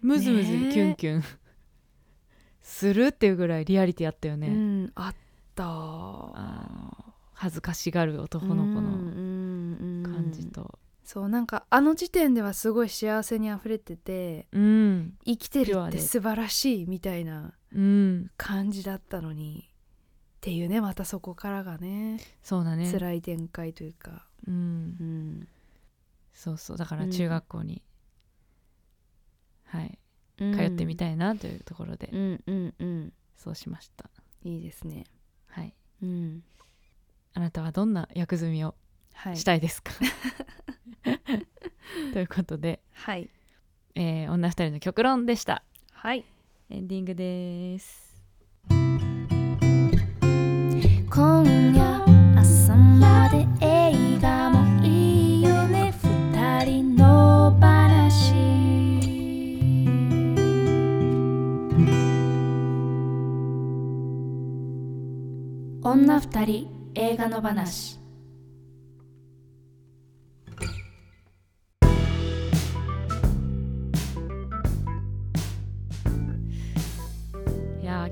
Speaker 2: ズムズ
Speaker 1: ねえ
Speaker 2: キュンキュンするっていうぐらいリアリティあったよね、
Speaker 1: うんあった
Speaker 2: あの恥ずかしがる男
Speaker 1: こ
Speaker 2: の子の
Speaker 1: の
Speaker 2: 感じと
Speaker 1: そうなんかあの時点ではすごい幸せにあふれてて
Speaker 2: うん、
Speaker 1: 生きてる
Speaker 2: ピュ
Speaker 1: っ
Speaker 2: ア
Speaker 1: て
Speaker 2: で
Speaker 1: 素晴らしいみたいな
Speaker 2: うん
Speaker 1: 感じだったのにっていうねまたそこからがね
Speaker 2: そうだね、
Speaker 1: 辛い展開というか、
Speaker 2: うん
Speaker 1: う、ん、
Speaker 2: そうそうだから中学校に、はい通ってみ
Speaker 1: い、
Speaker 2: たいなというところで、
Speaker 1: うんうんうん、
Speaker 2: そうしました
Speaker 1: いいですね、
Speaker 2: はい
Speaker 1: うん
Speaker 2: あなたはどんな役積みを
Speaker 1: はい、
Speaker 2: したいです か、ということで、
Speaker 1: はい
Speaker 2: えー女二人の極論でした
Speaker 1: はい
Speaker 2: エンディングです
Speaker 3: 今夜朝まで映画もいいよね二人の話女二人映画の話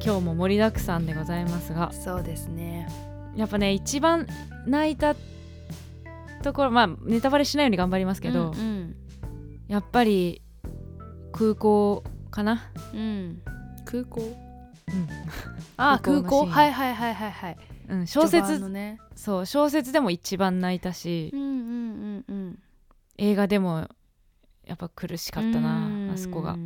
Speaker 2: 今日も盛りだくさんでございますが
Speaker 1: そうですね
Speaker 2: やっぱね一番泣いたところまあネタバレしないように頑張りますけ
Speaker 1: う
Speaker 2: ど、
Speaker 1: んうん
Speaker 2: やっぱり空港かな
Speaker 1: うん空港
Speaker 2: ん
Speaker 1: あー空
Speaker 2: 空
Speaker 1: 港
Speaker 2: 港のシーン
Speaker 1: はいはいはいはいはい
Speaker 2: うん、小
Speaker 1: 序盤の
Speaker 2: 説
Speaker 1: ね
Speaker 2: そう小説でも一番泣いたし、
Speaker 1: うんうんうんうん
Speaker 2: 映画でもやっぱ苦しかった
Speaker 1: うん
Speaker 2: なあそこが
Speaker 1: い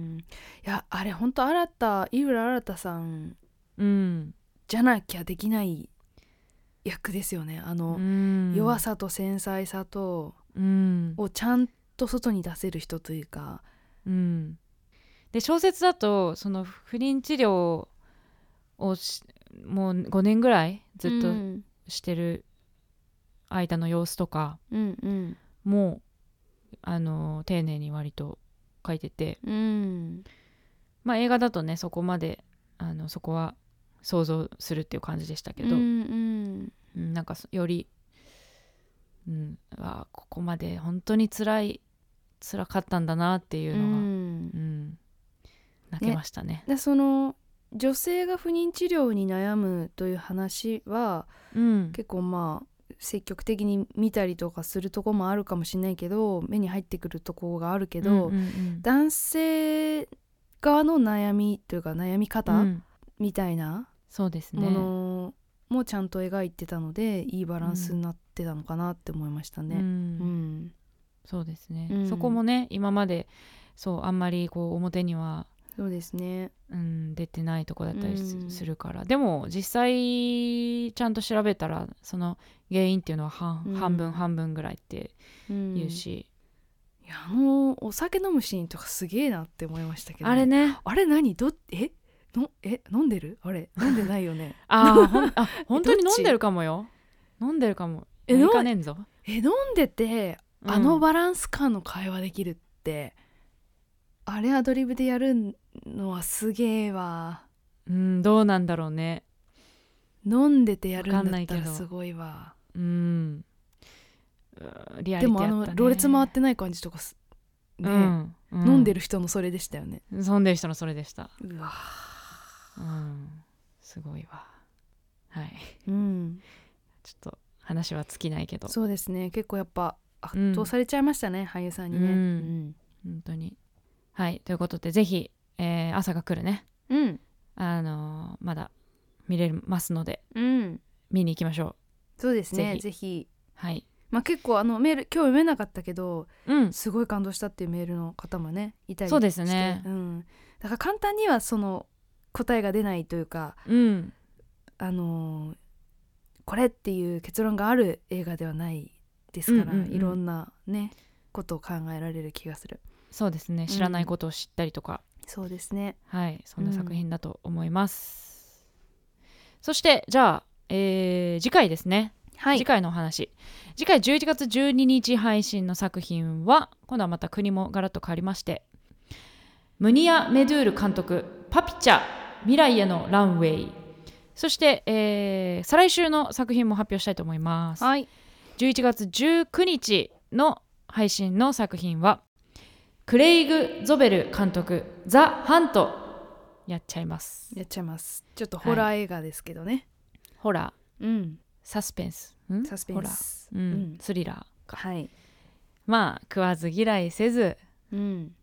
Speaker 1: やあれ本当新田井浦新さん
Speaker 2: うん、
Speaker 1: じゃなきゃできない役ですよねあ
Speaker 2: う
Speaker 1: の、
Speaker 2: ん、
Speaker 1: 弱さと繊細さと
Speaker 2: うん、
Speaker 1: をちゃんと外に出せる人というか
Speaker 2: うん、で小説だとその不妊治療をしもう5年ぐらいずっ
Speaker 1: う
Speaker 2: と
Speaker 1: ん
Speaker 2: してる間の様子とか
Speaker 1: うんうん
Speaker 2: も、あの丁寧に割と書いてて、
Speaker 1: うん
Speaker 2: まあ、映画だとねそこまであのそこは想像するっていう感じでしたけど、
Speaker 1: うんうん
Speaker 2: うんなんかそより、うん、わあここまで本当に辛い辛かったんだなっていうのが、うん
Speaker 1: ん
Speaker 2: 泣けましたね。
Speaker 1: でその女性が不妊治療に悩むという話は
Speaker 2: うん、
Speaker 1: 結構まあ積極的に見たりとかするとこもあるかもしれないけど目に入ってくるとこがあるけど、
Speaker 2: うんうんうん
Speaker 1: 男性側の悩みというか悩み方
Speaker 2: うん
Speaker 1: みたいな
Speaker 2: そうですね
Speaker 1: ものもちゃんと描いてたので、いいバランスになってたのかなって思いました
Speaker 2: う
Speaker 1: ね。うんん、
Speaker 2: そうですね、
Speaker 1: うん
Speaker 2: そこもね今までそうあんまりこう表には、
Speaker 1: そうですね。
Speaker 2: うん、出てないとこだったり
Speaker 1: う
Speaker 2: す,、
Speaker 1: ん
Speaker 2: るからでも実際ちゃんと調べたらその原因っていうのは半,、
Speaker 1: うん
Speaker 2: 半分半分ぐらいって
Speaker 1: うん、
Speaker 2: 言う
Speaker 1: い
Speaker 2: し、
Speaker 1: やあのお酒飲むシーンとかすげえなって思いましたけど。
Speaker 2: あ れね
Speaker 1: あれ何どえのえ飲んでるあれ飲んでないよ ね。
Speaker 2: あーほんあ本当 に
Speaker 1: どっち
Speaker 2: 飲んでるかもよ飲んでるかも
Speaker 1: え
Speaker 2: 飲みかねんぞ、
Speaker 1: え飲んでて
Speaker 2: うん
Speaker 1: あのバランス感の会話できるって、あれアドリブでやるのはすげえわ。
Speaker 2: うんどうなんだろうね
Speaker 1: 飲んでてやる
Speaker 2: わか
Speaker 1: んだ
Speaker 2: んな
Speaker 1: っ
Speaker 2: いけ
Speaker 1: た
Speaker 2: ど
Speaker 1: らすごいわ
Speaker 2: うんうーリアリ
Speaker 1: で
Speaker 2: ティあ
Speaker 1: も
Speaker 2: った
Speaker 1: あ
Speaker 2: ね
Speaker 1: のろれつ回ってない感じとかすね、
Speaker 2: うん、
Speaker 1: 飲んで
Speaker 2: る
Speaker 1: る人のそれでしたよね
Speaker 2: 飲んでる人のそれでした
Speaker 1: うわ
Speaker 2: うんすごいわはい
Speaker 1: うん
Speaker 2: ちょっと話は尽きないけど
Speaker 1: そうですね結構やっぱ
Speaker 2: う
Speaker 1: 圧
Speaker 2: ん
Speaker 1: 倒されちゃいましたね、俳優さんにね
Speaker 2: う
Speaker 1: うん
Speaker 2: ん、本当にはいということでぜひ、えー朝が来るね
Speaker 1: うん
Speaker 2: あのーまだ見れますので
Speaker 1: うん
Speaker 2: 見に行きましょう
Speaker 1: そうですねぜ
Speaker 2: ぜ
Speaker 1: ひ
Speaker 2: ひはい
Speaker 1: まあ、結構あのメール今日読めなかったけど
Speaker 2: うん
Speaker 1: すごい感動したっていうメールの方もねいたりして
Speaker 2: そうですね
Speaker 1: うん、だから簡単にはその答えが出ないというか
Speaker 2: うん
Speaker 1: あのーこれっていう結論がある映画ではないですから、
Speaker 2: うんうんうん
Speaker 1: いろんなねことを考えられる気がする
Speaker 2: そうですね知らないことを知ったりとか、
Speaker 1: そうですね
Speaker 2: はいそんな作品だと思います、そしてじゃあ、えー次回ですね
Speaker 1: は
Speaker 2: 次回のお話次回11月12日配信の作品は今度はまた国もガラッと変わりましてムニア・メドゥール監督「パピチャ未来へのランウェイ」そして、えー再来週の作品も発表したいと思います、
Speaker 1: はい
Speaker 2: 11月19日の配信の作品はクレイグ・ゾベル監督「ザ・ハント」やっちゃいます
Speaker 1: やっちゃいますちょっとホラー映画ですけどね、
Speaker 2: ホラー
Speaker 1: うん
Speaker 2: サスペンスん
Speaker 1: サスペ
Speaker 2: ホ
Speaker 1: ン
Speaker 2: ラー
Speaker 1: ス
Speaker 2: うん
Speaker 1: うん
Speaker 2: スリラーか
Speaker 1: はい
Speaker 2: まあ食わず嫌いせず
Speaker 1: うん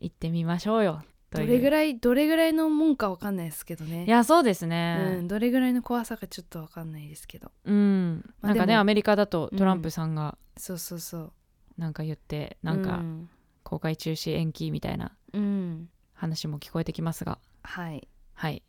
Speaker 2: 行ってみましょうよ
Speaker 1: どれぐ
Speaker 2: ら
Speaker 1: ら
Speaker 2: い
Speaker 1: いどれぐらいのもんかわかんないですけどね
Speaker 2: いやそうです
Speaker 1: う
Speaker 2: ね
Speaker 1: ん、どれぐらいの怖さかちょっとわかんないですけど
Speaker 2: うん、
Speaker 1: まあ
Speaker 2: なんか
Speaker 1: で
Speaker 2: ね
Speaker 1: も
Speaker 2: アメリカだとトランプさんが
Speaker 1: そうそうそう
Speaker 2: なんか言って、なん
Speaker 1: う
Speaker 2: か
Speaker 1: ん、
Speaker 2: 公開中止延期みたいな
Speaker 1: うん
Speaker 2: 話も聞こえてきますが
Speaker 1: はい
Speaker 2: はい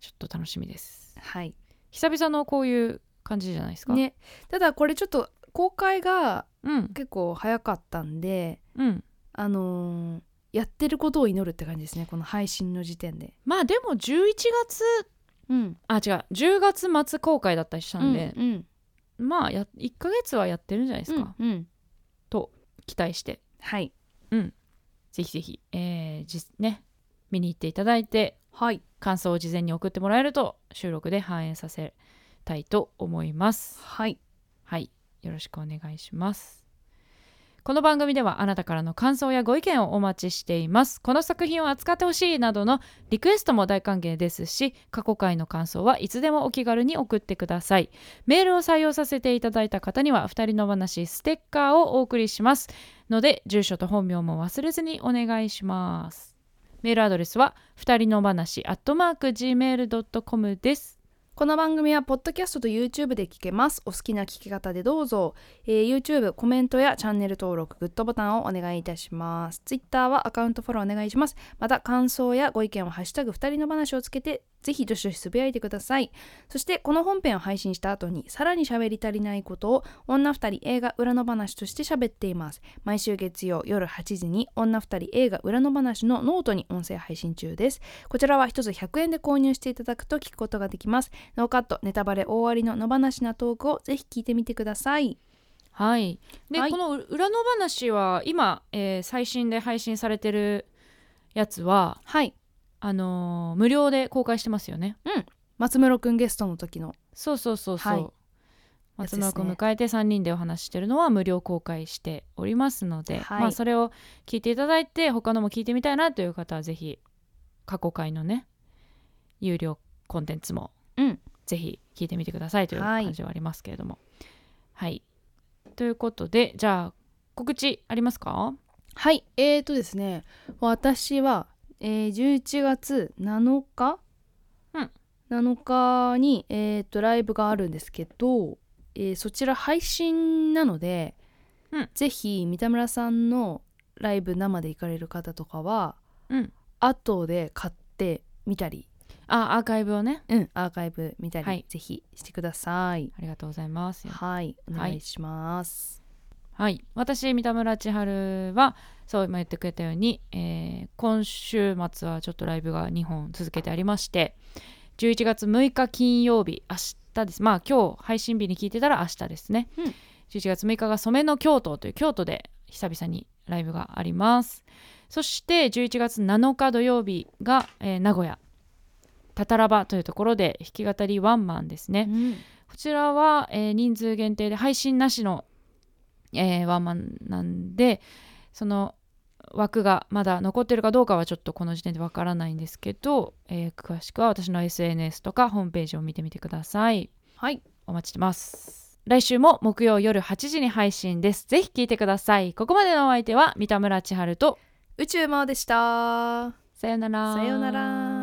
Speaker 2: ちょっと楽しみです
Speaker 1: はい
Speaker 2: 久々のこういう感じじゃないですか
Speaker 1: ねただこれちょっと公開が
Speaker 2: うん
Speaker 1: 結構早かったんで
Speaker 2: うん
Speaker 1: あのーやってることを祈るって感じですねこの配信の時点で。
Speaker 2: まあでも11月
Speaker 1: うん、
Speaker 2: あ違う10月末公開だったりしたんで、
Speaker 1: うんうん
Speaker 2: まあや1ヶ月はやってるんじゃないですか、
Speaker 1: うんうん
Speaker 2: 期待して
Speaker 1: はい
Speaker 2: ぜひぜひ、えーじね、見に行っていただいて
Speaker 1: はい
Speaker 2: 感想を事前に送ってもらえると収録で反映させたいと思います。
Speaker 1: はい
Speaker 2: はい、よろしくお願いします。この番組ではあなたからの感想やご意見をお待ちしていますこの作品を扱ってほしいなどのリクエストも大歓迎ですし過去回の感想はいつでもお気軽に送ってくださいメールを採用させていただいた方には2人の話ステッカーをお送りしますので住所と本名も忘れずにお願いしますメールアドレスは2人の話 gmail.com です
Speaker 1: この番組はポッドキャストと YouTube で聞けますお好きな聞き方でどうぞ、えー YouTube コメントやチャンネル登録グッドボタンをお願いいたします Twitter はアカウントフォローお願いしますまた感想やご意見をハッシュタグ二人の話をつけてぜひどしどしつぶやいてくださいそしてこの本編を配信した後にさらに喋り足りないことを女二人映画裏の話として喋っています毎週月曜夜8時に女二人映画裏の話のノートに音声配信中ですこちらは一つ100円で購入していただくと聞くことができますノーカットネタバレ大ありの野放しなトークをぜひ聞いてみてください
Speaker 2: はいで、
Speaker 1: はい
Speaker 2: この裏の話は今、えー最新で配信されてるやつは
Speaker 1: はい
Speaker 2: あのー無料で公開してますよね
Speaker 1: 松室くんゲストの時の
Speaker 2: そうそうそうそう、
Speaker 1: はい
Speaker 2: 松村
Speaker 1: やつです
Speaker 2: 君
Speaker 1: ね
Speaker 2: 迎えて3人でお話ししてるのは無料公開しておりますので、
Speaker 1: はい
Speaker 2: まあそれを聞いていただいて他のも聞いてみたいなという方はぜひ過去回のね有料コンテンツも
Speaker 1: うん
Speaker 2: ぜひ聞いてみてくださいという
Speaker 1: はい
Speaker 2: 感じはありますけれどもはい、ということでじゃあ告知ありますか
Speaker 1: はいえーとですね私は、えー、11月7日、
Speaker 2: うん
Speaker 1: 7日に、えー、とライブがあるんですけど、えーそちら配信なので、
Speaker 2: うん
Speaker 1: ぜひ三田村さんのライブ生で行かれる方とかは
Speaker 2: うん
Speaker 1: 後で買ってみたり、
Speaker 2: あアーカイブをね
Speaker 1: うん、アーカイブ見たり、
Speaker 2: はい
Speaker 1: ぜひしてください
Speaker 2: ありがとうございます
Speaker 1: はいお願いします
Speaker 2: はい、私三田村千春はそう今言ってくれたように、えー今週末はちょっとライブが2本続けてありまして11月6日金曜日明日ですまあ今日配信日に聞いてたら明日ですね、
Speaker 1: うん
Speaker 2: 11月6日が染めの京都という京都で久々にライブがありますそして11月7日土曜日が、えー名古屋タタラバというところで弾き語りワンマンですね、
Speaker 1: うん
Speaker 2: こちらは、えー人数限定で配信なしの、えーワンマンなんでその枠がまだ残ってるかどうかはちょっとこの時点でわからないんですけど、えー詳しくは私の SNS とかホームページを見てみてください
Speaker 1: はい
Speaker 2: お待ちしてます来週も木曜夜8時に配信ですぜひ聞いてくださいここまでのお相手は三田村千春と
Speaker 1: 宇宙魔王でした
Speaker 2: さよなら
Speaker 1: さようなら